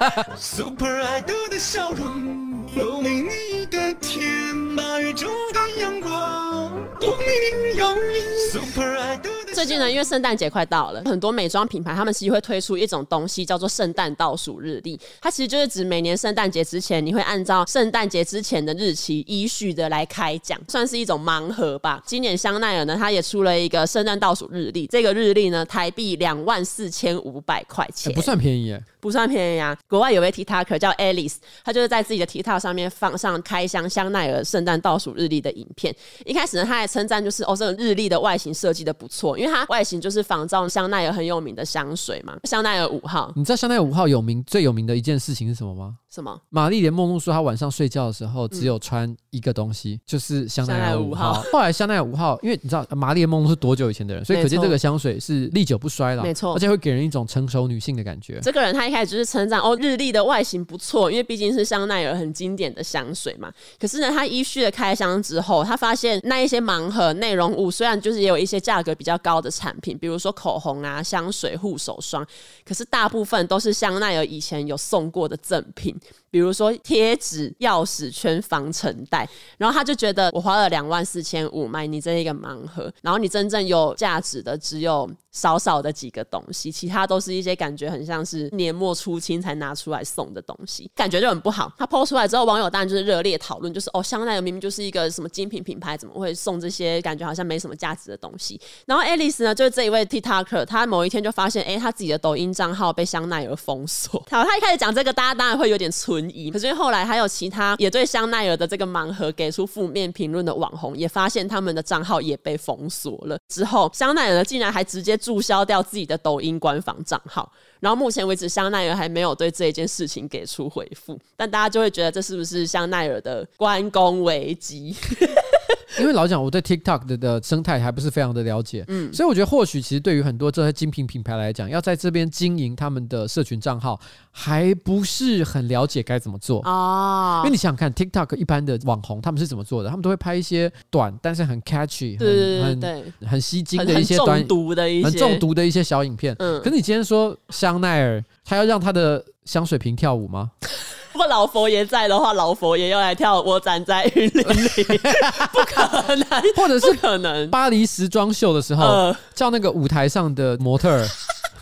G: Super Idol 的笑容，透明你的甜，八月中的阳光，光明耀眼。Super Idol 的
A: 最近呢，因为圣诞节快到了，很多美妆品牌他们其实会推出一种东西叫做圣诞倒数日历，它其实就是指每年圣诞节之前，你会按照圣诞节之前的日期依序的来开奖，算是一种盲盒吧。今年香奈儿呢，它也出了一个圣诞倒数日历，这个日历呢，台币两万四千五百块”，钱，
C: 哎不算便宜耶。
A: 不算便宜啊。国外有位 TikToker 叫 Alice，她就是在自己的 TikTok 上面放上开箱香奈儿圣诞倒数日历的影片。一开始呢，她还称赞就是哦，这个日历的外形设计的不错，因为它外形就是仿照香奈儿很有名的香水嘛，香奈儿五号
C: 你知道香奈儿五号有名最有名的一件事情是什么吗？
A: 什么？
C: 玛丽莲梦露说，她晚上睡觉的时候只有穿一个东西，就是香奈儿五
A: 嗯香奈
C: 号。
A: 儿五
C: 后来香奈儿五号，因为你知道玛丽莲梦露是多久以前的人，所以
A: 没
C: 可见
A: 错
C: 这个香水是历久不衰了，
A: 没错
C: 而且会给人一种成熟女性的感觉。
A: 这个人他一开始就是称赞哦，日历的外形不错，因为毕竟是香奈儿很经典的香水嘛。可是呢，他依序的开箱之后，他发现那一些盲盒内容物虽然就是也有一些价格比较高的产品，比如说口红啊、香水、护手霜，可是大部分都是香奈儿以前有送过的赠品，比如说贴纸、钥匙圈、防尘袋。然后他就觉得我花了两万四千五买你这一个盲盒，然后你真正有价值的只有少少的几个东西，其他都是一些感觉很像是年末初清才拿出来送的东西，感觉就很不好。他抛出来之后，网友当然就是热烈讨论，就是哦，香奈儿明明就是一个什么精品品牌，怎么会送这些感觉好像没什么价值的东西？然后 Alice 呢，就是这一位 TikToker，她某一天就发现，哎、她自己的抖音账号被香奈儿封锁。 好，她一开始讲这个，大家当然会有点存疑。可是因为后来还有其他也对香奈儿的这个盲盒给出负面评论的网红，也发现他们的账号也被封锁了。之后，香奈儿呢竟然还直接注销掉自己的抖音官方账号。然后目前为止，香奈儿还没有对这一件事情给出回复，但大家就会觉得这是不是香奈儿的关公危机？
C: 因为老实讲我对 TikTok 的的生态还不是非常的了解，嗯，所以我觉得或许其实对于很多这些精品品牌来讲，要在这边经营他们的社群账号，还不是很了解该怎么做。
A: 哦
C: 因为你想想看，TikTok 一般的网红他们是怎么做的？他们都会拍一些短，但是很 catchy，
A: 对对对
C: 很
A: 对
C: 很很吸睛
A: 很
C: 的一
A: 很
C: 些短
A: 中，毒的一些
C: 很中毒的一些小影片。
A: 嗯
C: 可是你今天说香奈儿，他要让他的香水瓶跳舞吗？
A: 如果老佛爷在的话，老佛爷要来跳《我站在雨林里》， 不可能，
C: 或者是
A: 不可 能。
C: 巴黎时装秀的时候，
A: 呃
C: 叫那个舞台上的模 特儿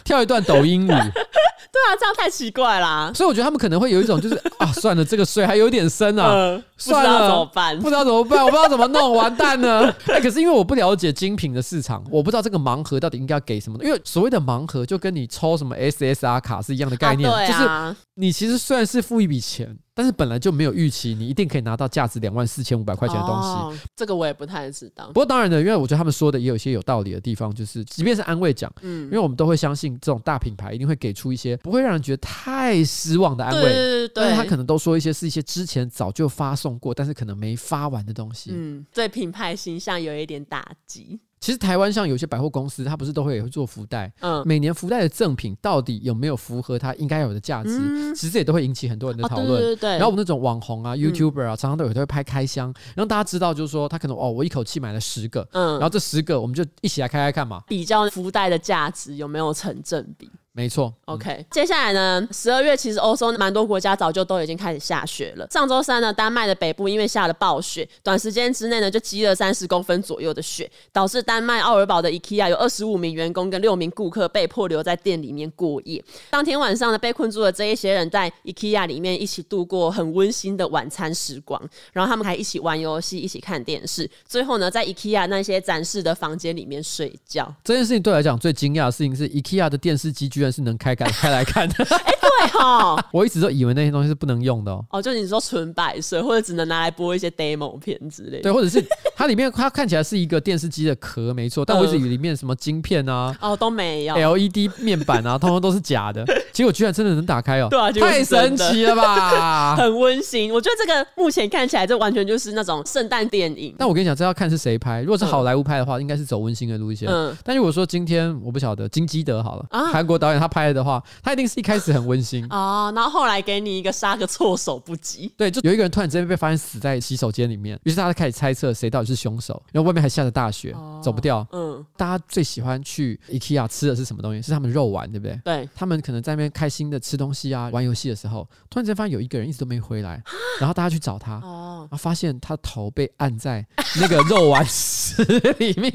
C: 跳一段抖音舞，
A: 对啊，这样太奇怪啦。
C: 所以我觉得他们可能会有 一种就是啊，算了，这个水还有点深啊。
A: 呃，不知
C: 算
A: 道
C: 了，
A: 怎么办
C: 不？知道怎么办，我不知道怎么弄，完蛋了。 哎、可是因为我不了解精品的市场，我不知道这个盲盒到底应该给什么。因为所谓的盲盒，就跟你抽什么 SSR 卡是一样的概念，
A: 啊对
C: 就是
A: 啊，
C: 你其实虽然是付一笔钱，但是本来就没有预期你一定可以拿到价值两万四千五百块钱的东西。
A: 西，哦这个我也不太知道
C: 不。过当然呢，因为我觉得他们说的也有一些有道理的地方，就是即便是安慰奖，
A: 嗯
C: 因为我们都会相信这种大品牌一定会给出一些不会让人觉得太失望的安
A: 对
C: 慰，
A: 对对
C: 但
A: 对，
C: 是他可能都说一些是一些之前早就发送过，但是可能没发完的东西。
A: 嗯，对品牌形象有一点打击。
C: 其实台湾像有些百货公司，它不是都会也会做福袋，
A: 嗯，
C: 每年福袋的赠品到底有没有符合它应该有的价值，其实也都会引起很多人的
A: 啊，
C: 讨
A: 对
C: 论。
A: 对对对，
C: 然后我们那种网红啊、YouTuber 啊，常常都有都会拍开箱，让大家知道，就是说他可能哦，我一口气买了十个，
A: 嗯
C: 然后这十个我们就一起来开开看嘛。
A: 比较福袋的价值有没有成正比？
C: 没错，
A: OK，、接下来呢，十二月其实欧洲蛮多国家早就都已经开始下雪了。上周三呢，丹麦的北部因为下了暴雪，短时间之内呢就积了三十公分左右的雪，导致丹麦奥尔堡的 IKEA 有二十五名员工跟六名顾客被迫留在店里面过夜。当天晚上呢，被困住的这一些人在 IKEA 里面一起度过很温馨的晚餐时光，然后他们还一起玩游戏，一起看电视，最后呢，在 IKEA 那些展示的房间里面睡觉。
C: 这件事情对我来讲最惊讶的事情是，IKEA 的电视机居居然是能开开开来看的。
A: 哎对哦哈。
C: 我一直都以为那些东西是不能用的哦。
A: 哦，就你说纯白色，或者只能拿来播一些 demo 片之类的。
C: 对，或者是它里面它看起来是一个电视机的壳，没错，但我一直以为里面什么晶片啊、
A: 哦，都没有。
C: LED E 面板 啊，通通都是假的。结果居然真的能打开哦！
A: 对啊结果
C: 太
A: 是真
C: 神
A: 的
C: 奇了吧！
A: 很温馨，我觉得这个目前看起来，这完全就是那种圣诞电影。
C: 但我跟你讲，这要看是谁拍。如果是好莱坞拍的话，应该是走温馨的路线。
A: 嗯
C: 但如果说今天我不晓得金基德好了，
A: 啊
C: 韩国导演他拍的话，他一定是一开始很 温馨。
A: 哦，然后后来给你一个杀个措手不及，
C: 对，就有一个人突然之间被发现死在洗手间里面，于是大家开始猜测谁到底是凶手。然后外面还下着大雪，走不掉。
A: 嗯，
C: 大家最喜欢去 IKEA 吃的是什么东西？是他们肉丸，对不对？
A: 对，
C: 他们可能在那边开心的吃东西啊，玩游戏的时候，突然间发现有一个人一直都没回来，然后大家去找他，
A: 哦，
C: 然后发现他头被按在那个肉丸石里面，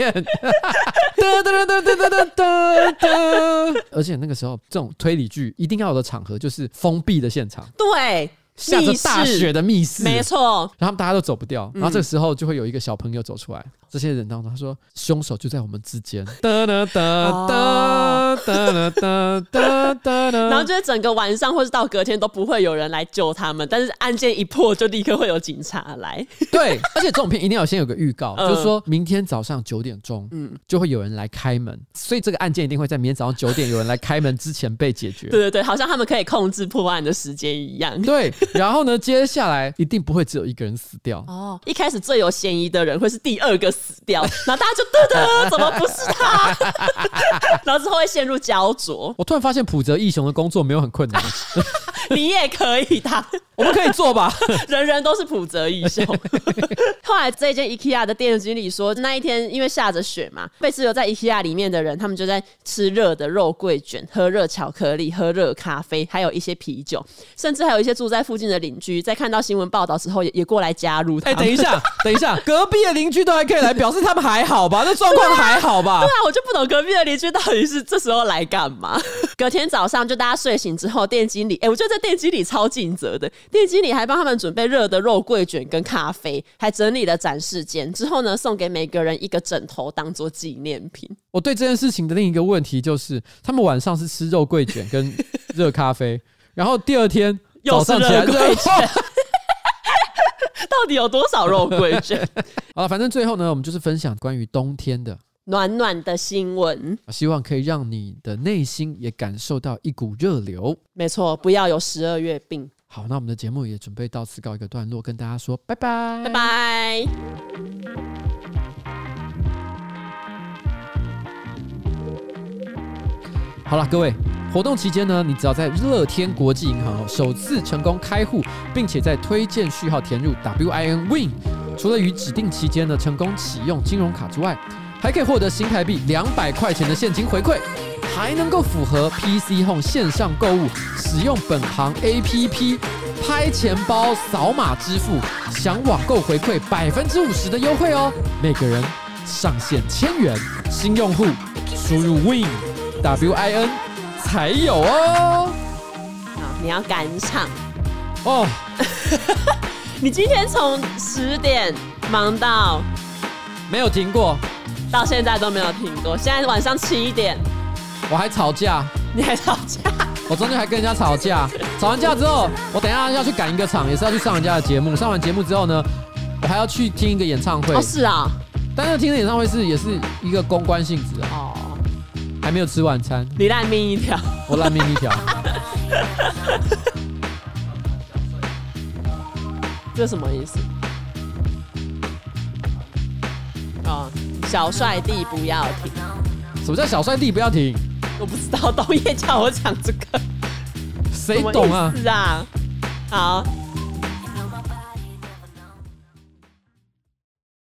C: 哒哒哒哒哒哒哒哒。而且那个时候，这种推理剧一定要有的场合就是封闭的现场，
A: 对，
C: 下着大雪
A: 的，
C: 的密室，
A: 没错，
C: 然后他们大家都走不掉，然后这个时候就会有一个小朋友走出来，这些人当中，他说凶手就在我们之间，哒哒哒哒哒哒哒哒哒，
A: 然后就是整个晚上或是到隔天都不会有人来救他们，但是案件一破就立刻会有警察来，
C: 对，而且这种片一定要有先有个预告，
A: 嗯
C: 就是说明天早上九点钟，嗯，就会有人来开门，所以这个案件一定会在明天早上九点有人来开门之前被解决。
A: 对对对，好像他们可以控制破案的时间一样。
C: 对，然后呢，接下来一定不会只有一个人死掉，
A: 哦，一开始最有嫌疑的人会是第二个死掉， 然后大家就嘚嘚，怎么不是他？ 然后之后会陷入焦灼。
C: 我突然发现普泽义雄的工作没有 很困难，
A: 你也可以的，
C: 我们可以做吧？
A: 人人都是普泽义雄。 后来这间 IKEA 的店经理说，那一天因为下着雪嘛，被滞留在 IKEA 里面的人，他们就在吃热的肉桂卷、喝热巧克力、喝热咖啡，还有一些啤酒，甚至还有一些住在附近的邻居，在看到新闻报道之后也，也过来加入他
C: 哎、
A: 们。
C: 等 一下，等一下，隔壁的邻居都还可以来，表示他们还好吧？那状况还好吧
A: 对？ 啊，我就不懂隔壁的邻居到底是这时候来干嘛。 隔天早上就大家睡醒之后，店经理，哎、我觉得这店经理超尽责的，店经理还帮他们准备热的肉桂卷跟咖啡，还整理了展示间。之后呢，送给每个人一个枕头当做纪念品。
C: 我对这件事情的另一个问题就是，他们晚上是吃肉桂卷跟热 咖啡，然后第二天
A: 又
C: 早
A: 是
C: 上起来
A: 肉桂
C: 后
A: 到底有多少肉桂卷？
C: 好了，反正最后呢，我们就是分享关于冬天的，啊
A: 暖暖的新闻，
C: 希望可以让你的内心也感受到一股热流。
A: 没错，不要有十二月病。
C: 好，那我们的节目也准备到此告一个段落，跟大家说拜拜，
A: 拜。拜。
C: 好了，各位，活动期间呢，你只要在乐天国际银行哦首次成功开户，并且在推荐序号填入 WIN WIN，除了于指定期间呢成功启用金融卡之外，还可以获得新台币两百块钱的现金回馈，还能够符合 PC Home 线上购物，使用本行 APP 拍钱包扫码支付，享网购回馈百分之五十的优惠哦，每个人上限千元，新用户输入 WIN。W I N 才有哦。
A: 好，你要赶场。
C: 哦，
A: 你今天从十点忙到
C: 没有停过，
A: 到现在都没有停过，现在晚上七点
C: 我还吵架，
A: 你还吵架？
C: 我中间还跟人家吵架。吵完架之后，我等一下要去赶一个场，也是要去上人家的节目。上完节目之后呢，我还要去听一个演唱会
A: 哦，，是啊，
C: 但是听的演唱会是也是一个公关性质啊，
A: 哦，
C: 还没有吃晚餐，
A: 你烂命一条。
C: 我烂命一条。
A: 这什么意思？哦，小帅弟不要停，
C: 什么叫小帅弟不要停？
A: 我不知道，冬叶叫我讲这个，
C: 谁懂啊？
A: 是啊，好，